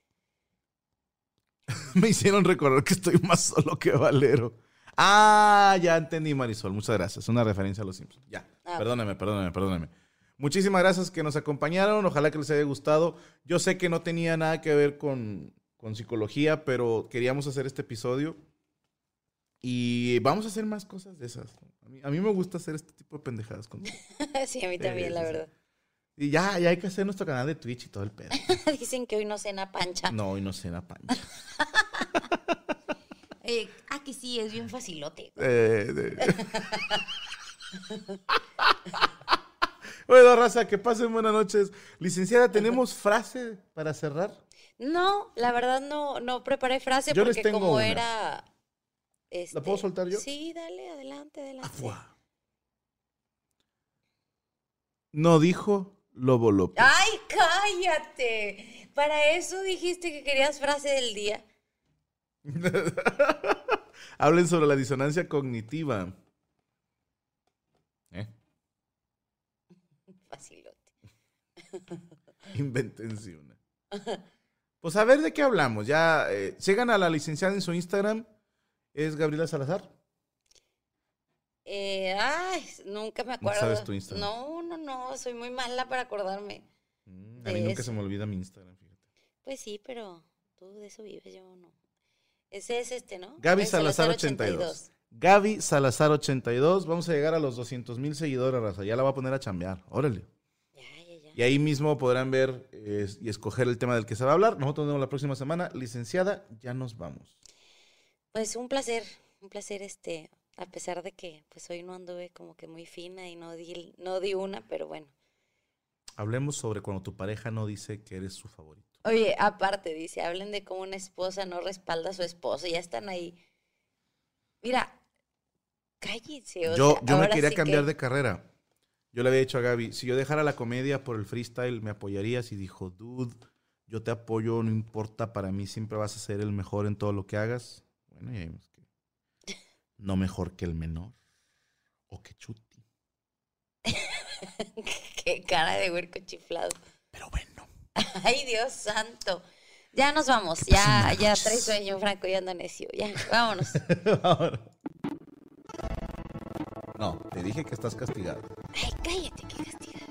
C: Me hicieron recordar que estoy más solo que Valero. Ah, ya entendí, Marisol. Muchas gracias. Una referencia a los Simpsons. Ya.
D: Ah, ok.
C: Perdóname, perdóname, perdóname. Muchísimas gracias que nos acompañaron. Ojalá que les haya gustado. Yo sé que no tenía nada que ver con, con psicología, pero queríamos hacer este episodio. Y vamos a hacer más cosas de esas. A mí, a mí me gusta hacer este tipo de pendejadas contigo.
D: sí, a mí también, la
C: sí, sí.
D: verdad.
C: Y ya, ya hay que hacer nuestro canal de Twitch y todo el pedo.
D: Dicen que hoy no cena pancha.
C: No, hoy no sé la pancha.
D: Eh, ah, que sí, es bien facilote.
C: Eh, de- bueno, raza, que pasen buenas noches. Licenciada, ¿tenemos frase para cerrar?
D: No, la verdad no, no preparé frase
C: Yo les
D: porque
C: tengo
D: como
C: una.
D: era... este,
C: puedo soltar yo?
D: Sí, dale, adelante, adelante.
C: Afua. No dijo Lobo López.
D: ¡Ay, cállate! Para eso dijiste que querías frase del día.
C: Hablen sobre la disonancia cognitiva. ¿Eh?
D: Facilote.
C: Inventense una. Pues a ver de qué hablamos. Ya eh, sigan a la licenciada en su Instagram. Es Gabriela Salazar.
D: Eh, ay, nunca me acuerdo.
C: sabes tu Instagram.
D: No, no, no, soy muy mala para acordarme.
C: Mm, A
D: De
C: mí nunca
D: eso.
C: se me olvida mi Instagram, fíjate.
D: Pues sí, pero tú de eso vives, yo no. Ese es este, ¿no?
C: Gaby
D: El
C: Salazar 82. Gaby Salazar 82. Vamos a llegar a los 200 mil seguidores, raza. Ya la va a poner a chambear. Órale.
D: Ya, ya,
C: Y
D: ya.
C: ahí mismo podrán ver eh, y escoger el tema del que se va a hablar. Nosotros nos vemos la próxima semana. Licenciada, ya nos vamos.
D: Pues un placer, un placer este, a pesar de que pues hoy no anduve como que muy fina y no di, no di una, pero bueno.
C: Hablemos sobre cuando tu pareja no dice que eres su favorito.
D: Oye, aparte, dice, hablen de cómo una esposa no respalda a su esposo, ya están ahí. Mira, cállense, o
C: yo
D: sea,
C: yo me
D: ahora
C: quería
D: sí que-
C: cambiar de carrera. Yo le había dicho a Gaby, si yo dejara la comedia por el freestyle, me apoyarías. Y dijo, dude, yo te apoyo, no importa, para mí siempre vas a ser el mejor en todo lo que hagas. Bueno, ya vimos que no mejor que el menor o que Chuti.
D: Qué cara de huerco chiflado.
C: Pero bueno,
D: Ay, Dios santo. Ya nos vamos. Ya, ya trae sueño, Franco, ya anda necio. Ya, vámonos.
C: ahora. No, te dije que estás castigado.
D: Ay, cállate, qué castigado.